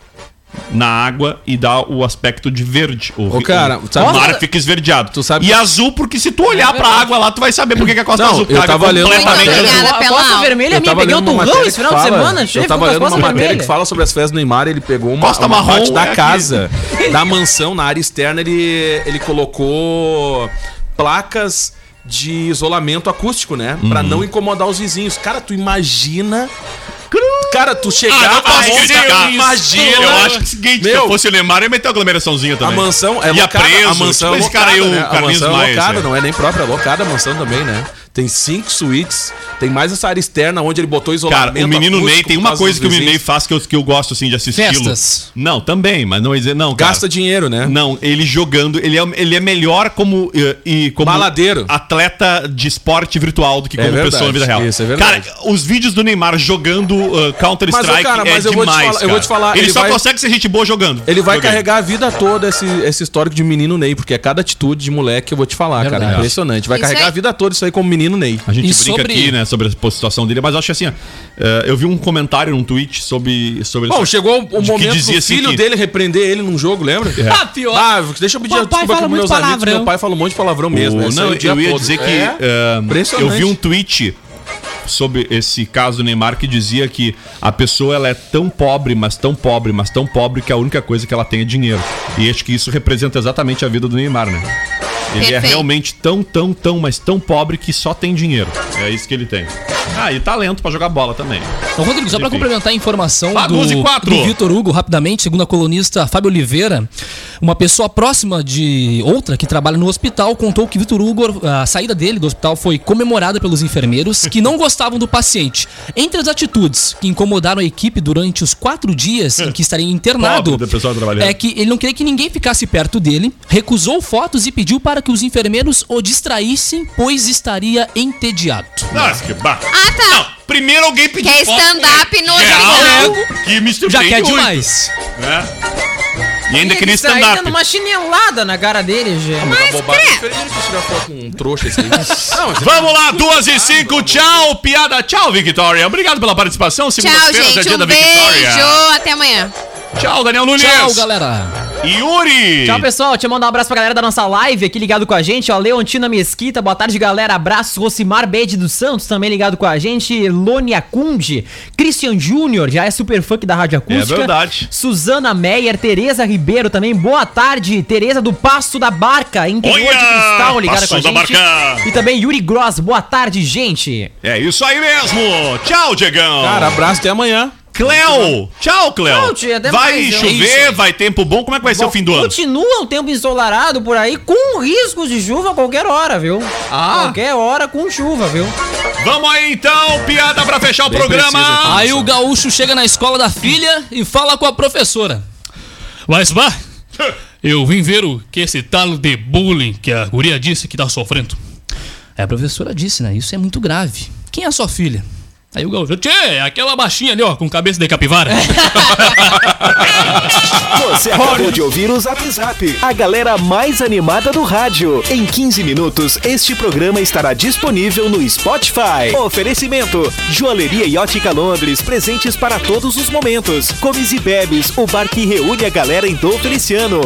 Speaker 2: Na água e dá o aspecto de verde. O,
Speaker 3: Ô, cara,
Speaker 2: o,
Speaker 3: sabe-
Speaker 2: o mar fica esverdeado.
Speaker 3: Tu sabe
Speaker 2: e
Speaker 3: que-
Speaker 2: azul, porque se tu
Speaker 4: É
Speaker 2: olhar pra água lá, tu vai saber por que que a Costa
Speaker 3: Não,
Speaker 2: Azul
Speaker 3: eu tava olhando uma
Speaker 2: completamente
Speaker 5: matéria-
Speaker 2: azul.
Speaker 5: Obrigada
Speaker 1: A
Speaker 5: pela
Speaker 1: Costa
Speaker 5: aula.
Speaker 1: Vermelha é minha, peguei
Speaker 4: um
Speaker 3: lendo
Speaker 1: o
Speaker 3: uma
Speaker 1: Tungão
Speaker 3: matéria
Speaker 1: esse
Speaker 3: que
Speaker 1: final de
Speaker 3: fala-
Speaker 1: semana.
Speaker 3: Eu
Speaker 1: chefe,
Speaker 3: tava
Speaker 1: com as
Speaker 3: lendo uma
Speaker 1: costas
Speaker 3: matéria
Speaker 1: vermelhas.
Speaker 3: que fala sobre as festas do Neymar, ele pegou uma,
Speaker 2: Costa
Speaker 3: uma
Speaker 2: marrom,
Speaker 3: parte
Speaker 2: é
Speaker 3: da
Speaker 2: aqui.
Speaker 3: casa, da mansão, na área externa, ele, ele colocou placas de isolamento acústico, né?
Speaker 1: Uhum.
Speaker 3: Pra não incomodar os vizinhos. Cara, tu imagina... Cara, tu chegar...
Speaker 2: Ah, não posso
Speaker 3: Ai,
Speaker 2: criticar.
Speaker 3: imagina...
Speaker 2: Eu acho que é o seguinte, se
Speaker 3: Meu.
Speaker 2: eu fosse o Neymar, eu ia meter uma aglomeraçãozinha
Speaker 3: A
Speaker 2: também.
Speaker 3: mansão é
Speaker 2: ia
Speaker 3: locada,
Speaker 2: preso.
Speaker 3: a mansão
Speaker 2: tipo,
Speaker 3: é
Speaker 2: esse cara aí,
Speaker 3: locada,
Speaker 2: o
Speaker 3: né? A
Speaker 2: Carlinhos
Speaker 3: mansão é
Speaker 2: Maia,
Speaker 3: locada,
Speaker 2: esse aí.
Speaker 3: não é nem própria, é locada a mansão também, né? Tem cinco suítes, tem mais essa área externa onde ele botou isolamento.
Speaker 2: Cara, o menino
Speaker 3: acústico
Speaker 2: Ney tem
Speaker 3: por
Speaker 2: uma
Speaker 3: causa
Speaker 2: coisa
Speaker 3: dos
Speaker 2: que o menino Ney
Speaker 3: vizinhos.
Speaker 2: faz que eu, que eu gosto assim de assisti-lo.
Speaker 4: Festas.
Speaker 2: Não, também, mas não ia dizer não. cara.
Speaker 3: gasta dinheiro, né?
Speaker 2: Não, ele jogando, ele é, ele é melhor como, eh, e, como
Speaker 3: Baladeiro.
Speaker 2: Ah, atleta de esporte virtual do que
Speaker 3: É
Speaker 2: como
Speaker 3: verdade,
Speaker 2: pessoa na vida real.
Speaker 3: isso é verdade.
Speaker 2: Cara, os vídeos do Neymar jogando Counter
Speaker 3: Mas, ô,
Speaker 2: Strike
Speaker 3: cara, mas
Speaker 2: é
Speaker 3: eu vou te
Speaker 2: demais.
Speaker 3: falar- eu vou te
Speaker 2: cara.
Speaker 3: falar,
Speaker 2: ele,
Speaker 3: ele
Speaker 2: só
Speaker 3: vai-
Speaker 2: consegue ser gente boa jogando.
Speaker 3: Ele vai
Speaker 2: Jogando.
Speaker 3: carregar a vida toda esse, esse histórico de menino Ney, porque é cada atitude de moleque, eu vou te falar,
Speaker 4: Verdade.
Speaker 3: cara. é Impressionante. Vai
Speaker 5: Isso
Speaker 3: carregar
Speaker 5: aí.
Speaker 3: a vida toda isso aí como menino Ney.
Speaker 2: A gente
Speaker 4: E
Speaker 2: brinca
Speaker 4: sobre-
Speaker 2: aqui, né, sobre a situação dele, mas eu acho que assim, ó, eh, eu vi um comentário num tweet sobre sobre
Speaker 3: Bom,
Speaker 2: essa-
Speaker 3: chegou o
Speaker 2: que
Speaker 3: momento
Speaker 2: dizia
Speaker 3: do
Speaker 2: assim
Speaker 3: filho
Speaker 2: que- É.
Speaker 3: dele repreender ele num jogo, lembra?
Speaker 4: Ah, pior.
Speaker 3: Ah, deixa eu pedir
Speaker 4: Papai
Speaker 3: desculpa
Speaker 4: fala
Speaker 3: aqui pros meus
Speaker 4: muito
Speaker 3: amigos,
Speaker 4: palavrão.
Speaker 3: meu pai falou um monte de palavrão mesmo.
Speaker 2: O-
Speaker 3: né? Saiu
Speaker 2: Não,
Speaker 3: o dia
Speaker 2: eu ia
Speaker 3: todo.
Speaker 2: dizer que
Speaker 3: É.
Speaker 2: eh, eu
Speaker 3: impressionante.
Speaker 2: vi um tweet sobre esse caso do Neymar que dizia que a pessoa ela é tão pobre, mas tão pobre, mas tão pobre que a única coisa que ela tem é dinheiro. E acho que isso representa exatamente a vida do Neymar, né? Ele é
Speaker 5: Perfeito.
Speaker 2: realmente tão, tão, tão, mas tão pobre que só tem dinheiro. É isso que ele tem. Ah, e talento pra jogar bola também.
Speaker 4: Ô, Rodrigo, só pra
Speaker 2: Enfim.
Speaker 4: complementar a informação
Speaker 2: Vá,
Speaker 4: do,
Speaker 2: 12 e quatro.
Speaker 4: do Vitor Hugo, rapidamente, segundo a colunista Fábio Oliveira, uma pessoa próxima de outra que trabalha no hospital contou que Vitor Hugo, a saída dele do hospital foi comemorada pelos enfermeiros que não gostavam do paciente. Entre as atitudes que incomodaram a equipe durante os quatro dias em que estaria internado,
Speaker 2: Pobre do pessoal trabalhando.
Speaker 4: é que ele não queria que ninguém ficasse perto dele, recusou fotos e pediu para que os enfermeiros o distraíssem, pois estaria entediado.
Speaker 2: Nossa, que bah.
Speaker 5: Ah, tá.
Speaker 2: Não, primeiro alguém pediu
Speaker 5: Quer
Speaker 2: foto
Speaker 5: stand-up
Speaker 2: com
Speaker 5: no
Speaker 2: real, né? que me
Speaker 4: Já
Speaker 2: surpreende
Speaker 4: quer
Speaker 2: muito,
Speaker 4: demais.
Speaker 2: né? E ainda
Speaker 1: Ele
Speaker 2: queria
Speaker 1: está dando
Speaker 2: stand-up.
Speaker 1: uma chinelada na cara dele, gente.
Speaker 3: Mas bobagem é diferente de tirar foto com um trouxa esse aí. Não, mas-
Speaker 2: Vamos lá, duas e cinco, tchau, piada, tchau, Victoria. Obrigado pela participação,
Speaker 5: Tchau,
Speaker 2: segunda-feira é
Speaker 5: gente.
Speaker 2: dia da
Speaker 5: Um
Speaker 2: Victoria.
Speaker 5: beijo. Até amanhã.
Speaker 2: Tchau, Daniel Nunes.
Speaker 4: Tchau, galera.
Speaker 2: Yuri.
Speaker 1: Tchau, pessoal. Te mando um abraço pra galera da nossa live aqui ligado com a gente. Ó, Leontina Mesquita, boa tarde, galera. Abraço. Rosimar Bede dos Santos também ligado com a gente. Lônia Cunde, Christian Júnior, já é super fã aqui da Rádio Acústica.
Speaker 2: É verdade.
Speaker 1: Suzana Meyer, Tereza Ribeiro também, boa tarde. Tereza do Passo da Barca, interior
Speaker 2: Olha,
Speaker 1: de cristal ligada com a
Speaker 2: Passo da
Speaker 1: gente.
Speaker 2: Barca.
Speaker 1: E também Yuri Gross, boa tarde, gente.
Speaker 2: É isso aí mesmo. Tchau, Diegão.
Speaker 3: Cara, abraço, até amanhã.
Speaker 2: Cléo. Tchau, Cléo.
Speaker 1: Tchau, tia, até
Speaker 2: vai
Speaker 1: mais, hein?
Speaker 2: chover, vai tempo bom. Como é que vai ser o fim do ano?
Speaker 1: Continua o tempo ensolarado por aí, com riscos de chuva a qualquer hora, viu? Ah. Qualquer hora com chuva, viu?
Speaker 2: Vamos aí então, piada pra fechar o
Speaker 3: tá?
Speaker 2: programa.
Speaker 4: Aí o gaúcho chega na escola da filha e fala com a professora. Mas vá, eu vim ver o que esse talo de bullying que a guria disse que tá sofrendo. É, a professora disse, né? Isso é muito grave. Quem é a sua filha? Aí o é gaúcho, tchê, aquela baixinha ali, ó, com cabeça de capivara.
Speaker 6: Você Acabou
Speaker 10: de ouvir o Zap Zap.
Speaker 6: A galera mais animada do rádio. Em 15 minutos, este programa estará disponível no Spotify. Oferecimento: Joalheria e Ótica Londres, presentes para todos os momentos. Comes e bebes, o bar que reúne a galera em Dom Feliciano.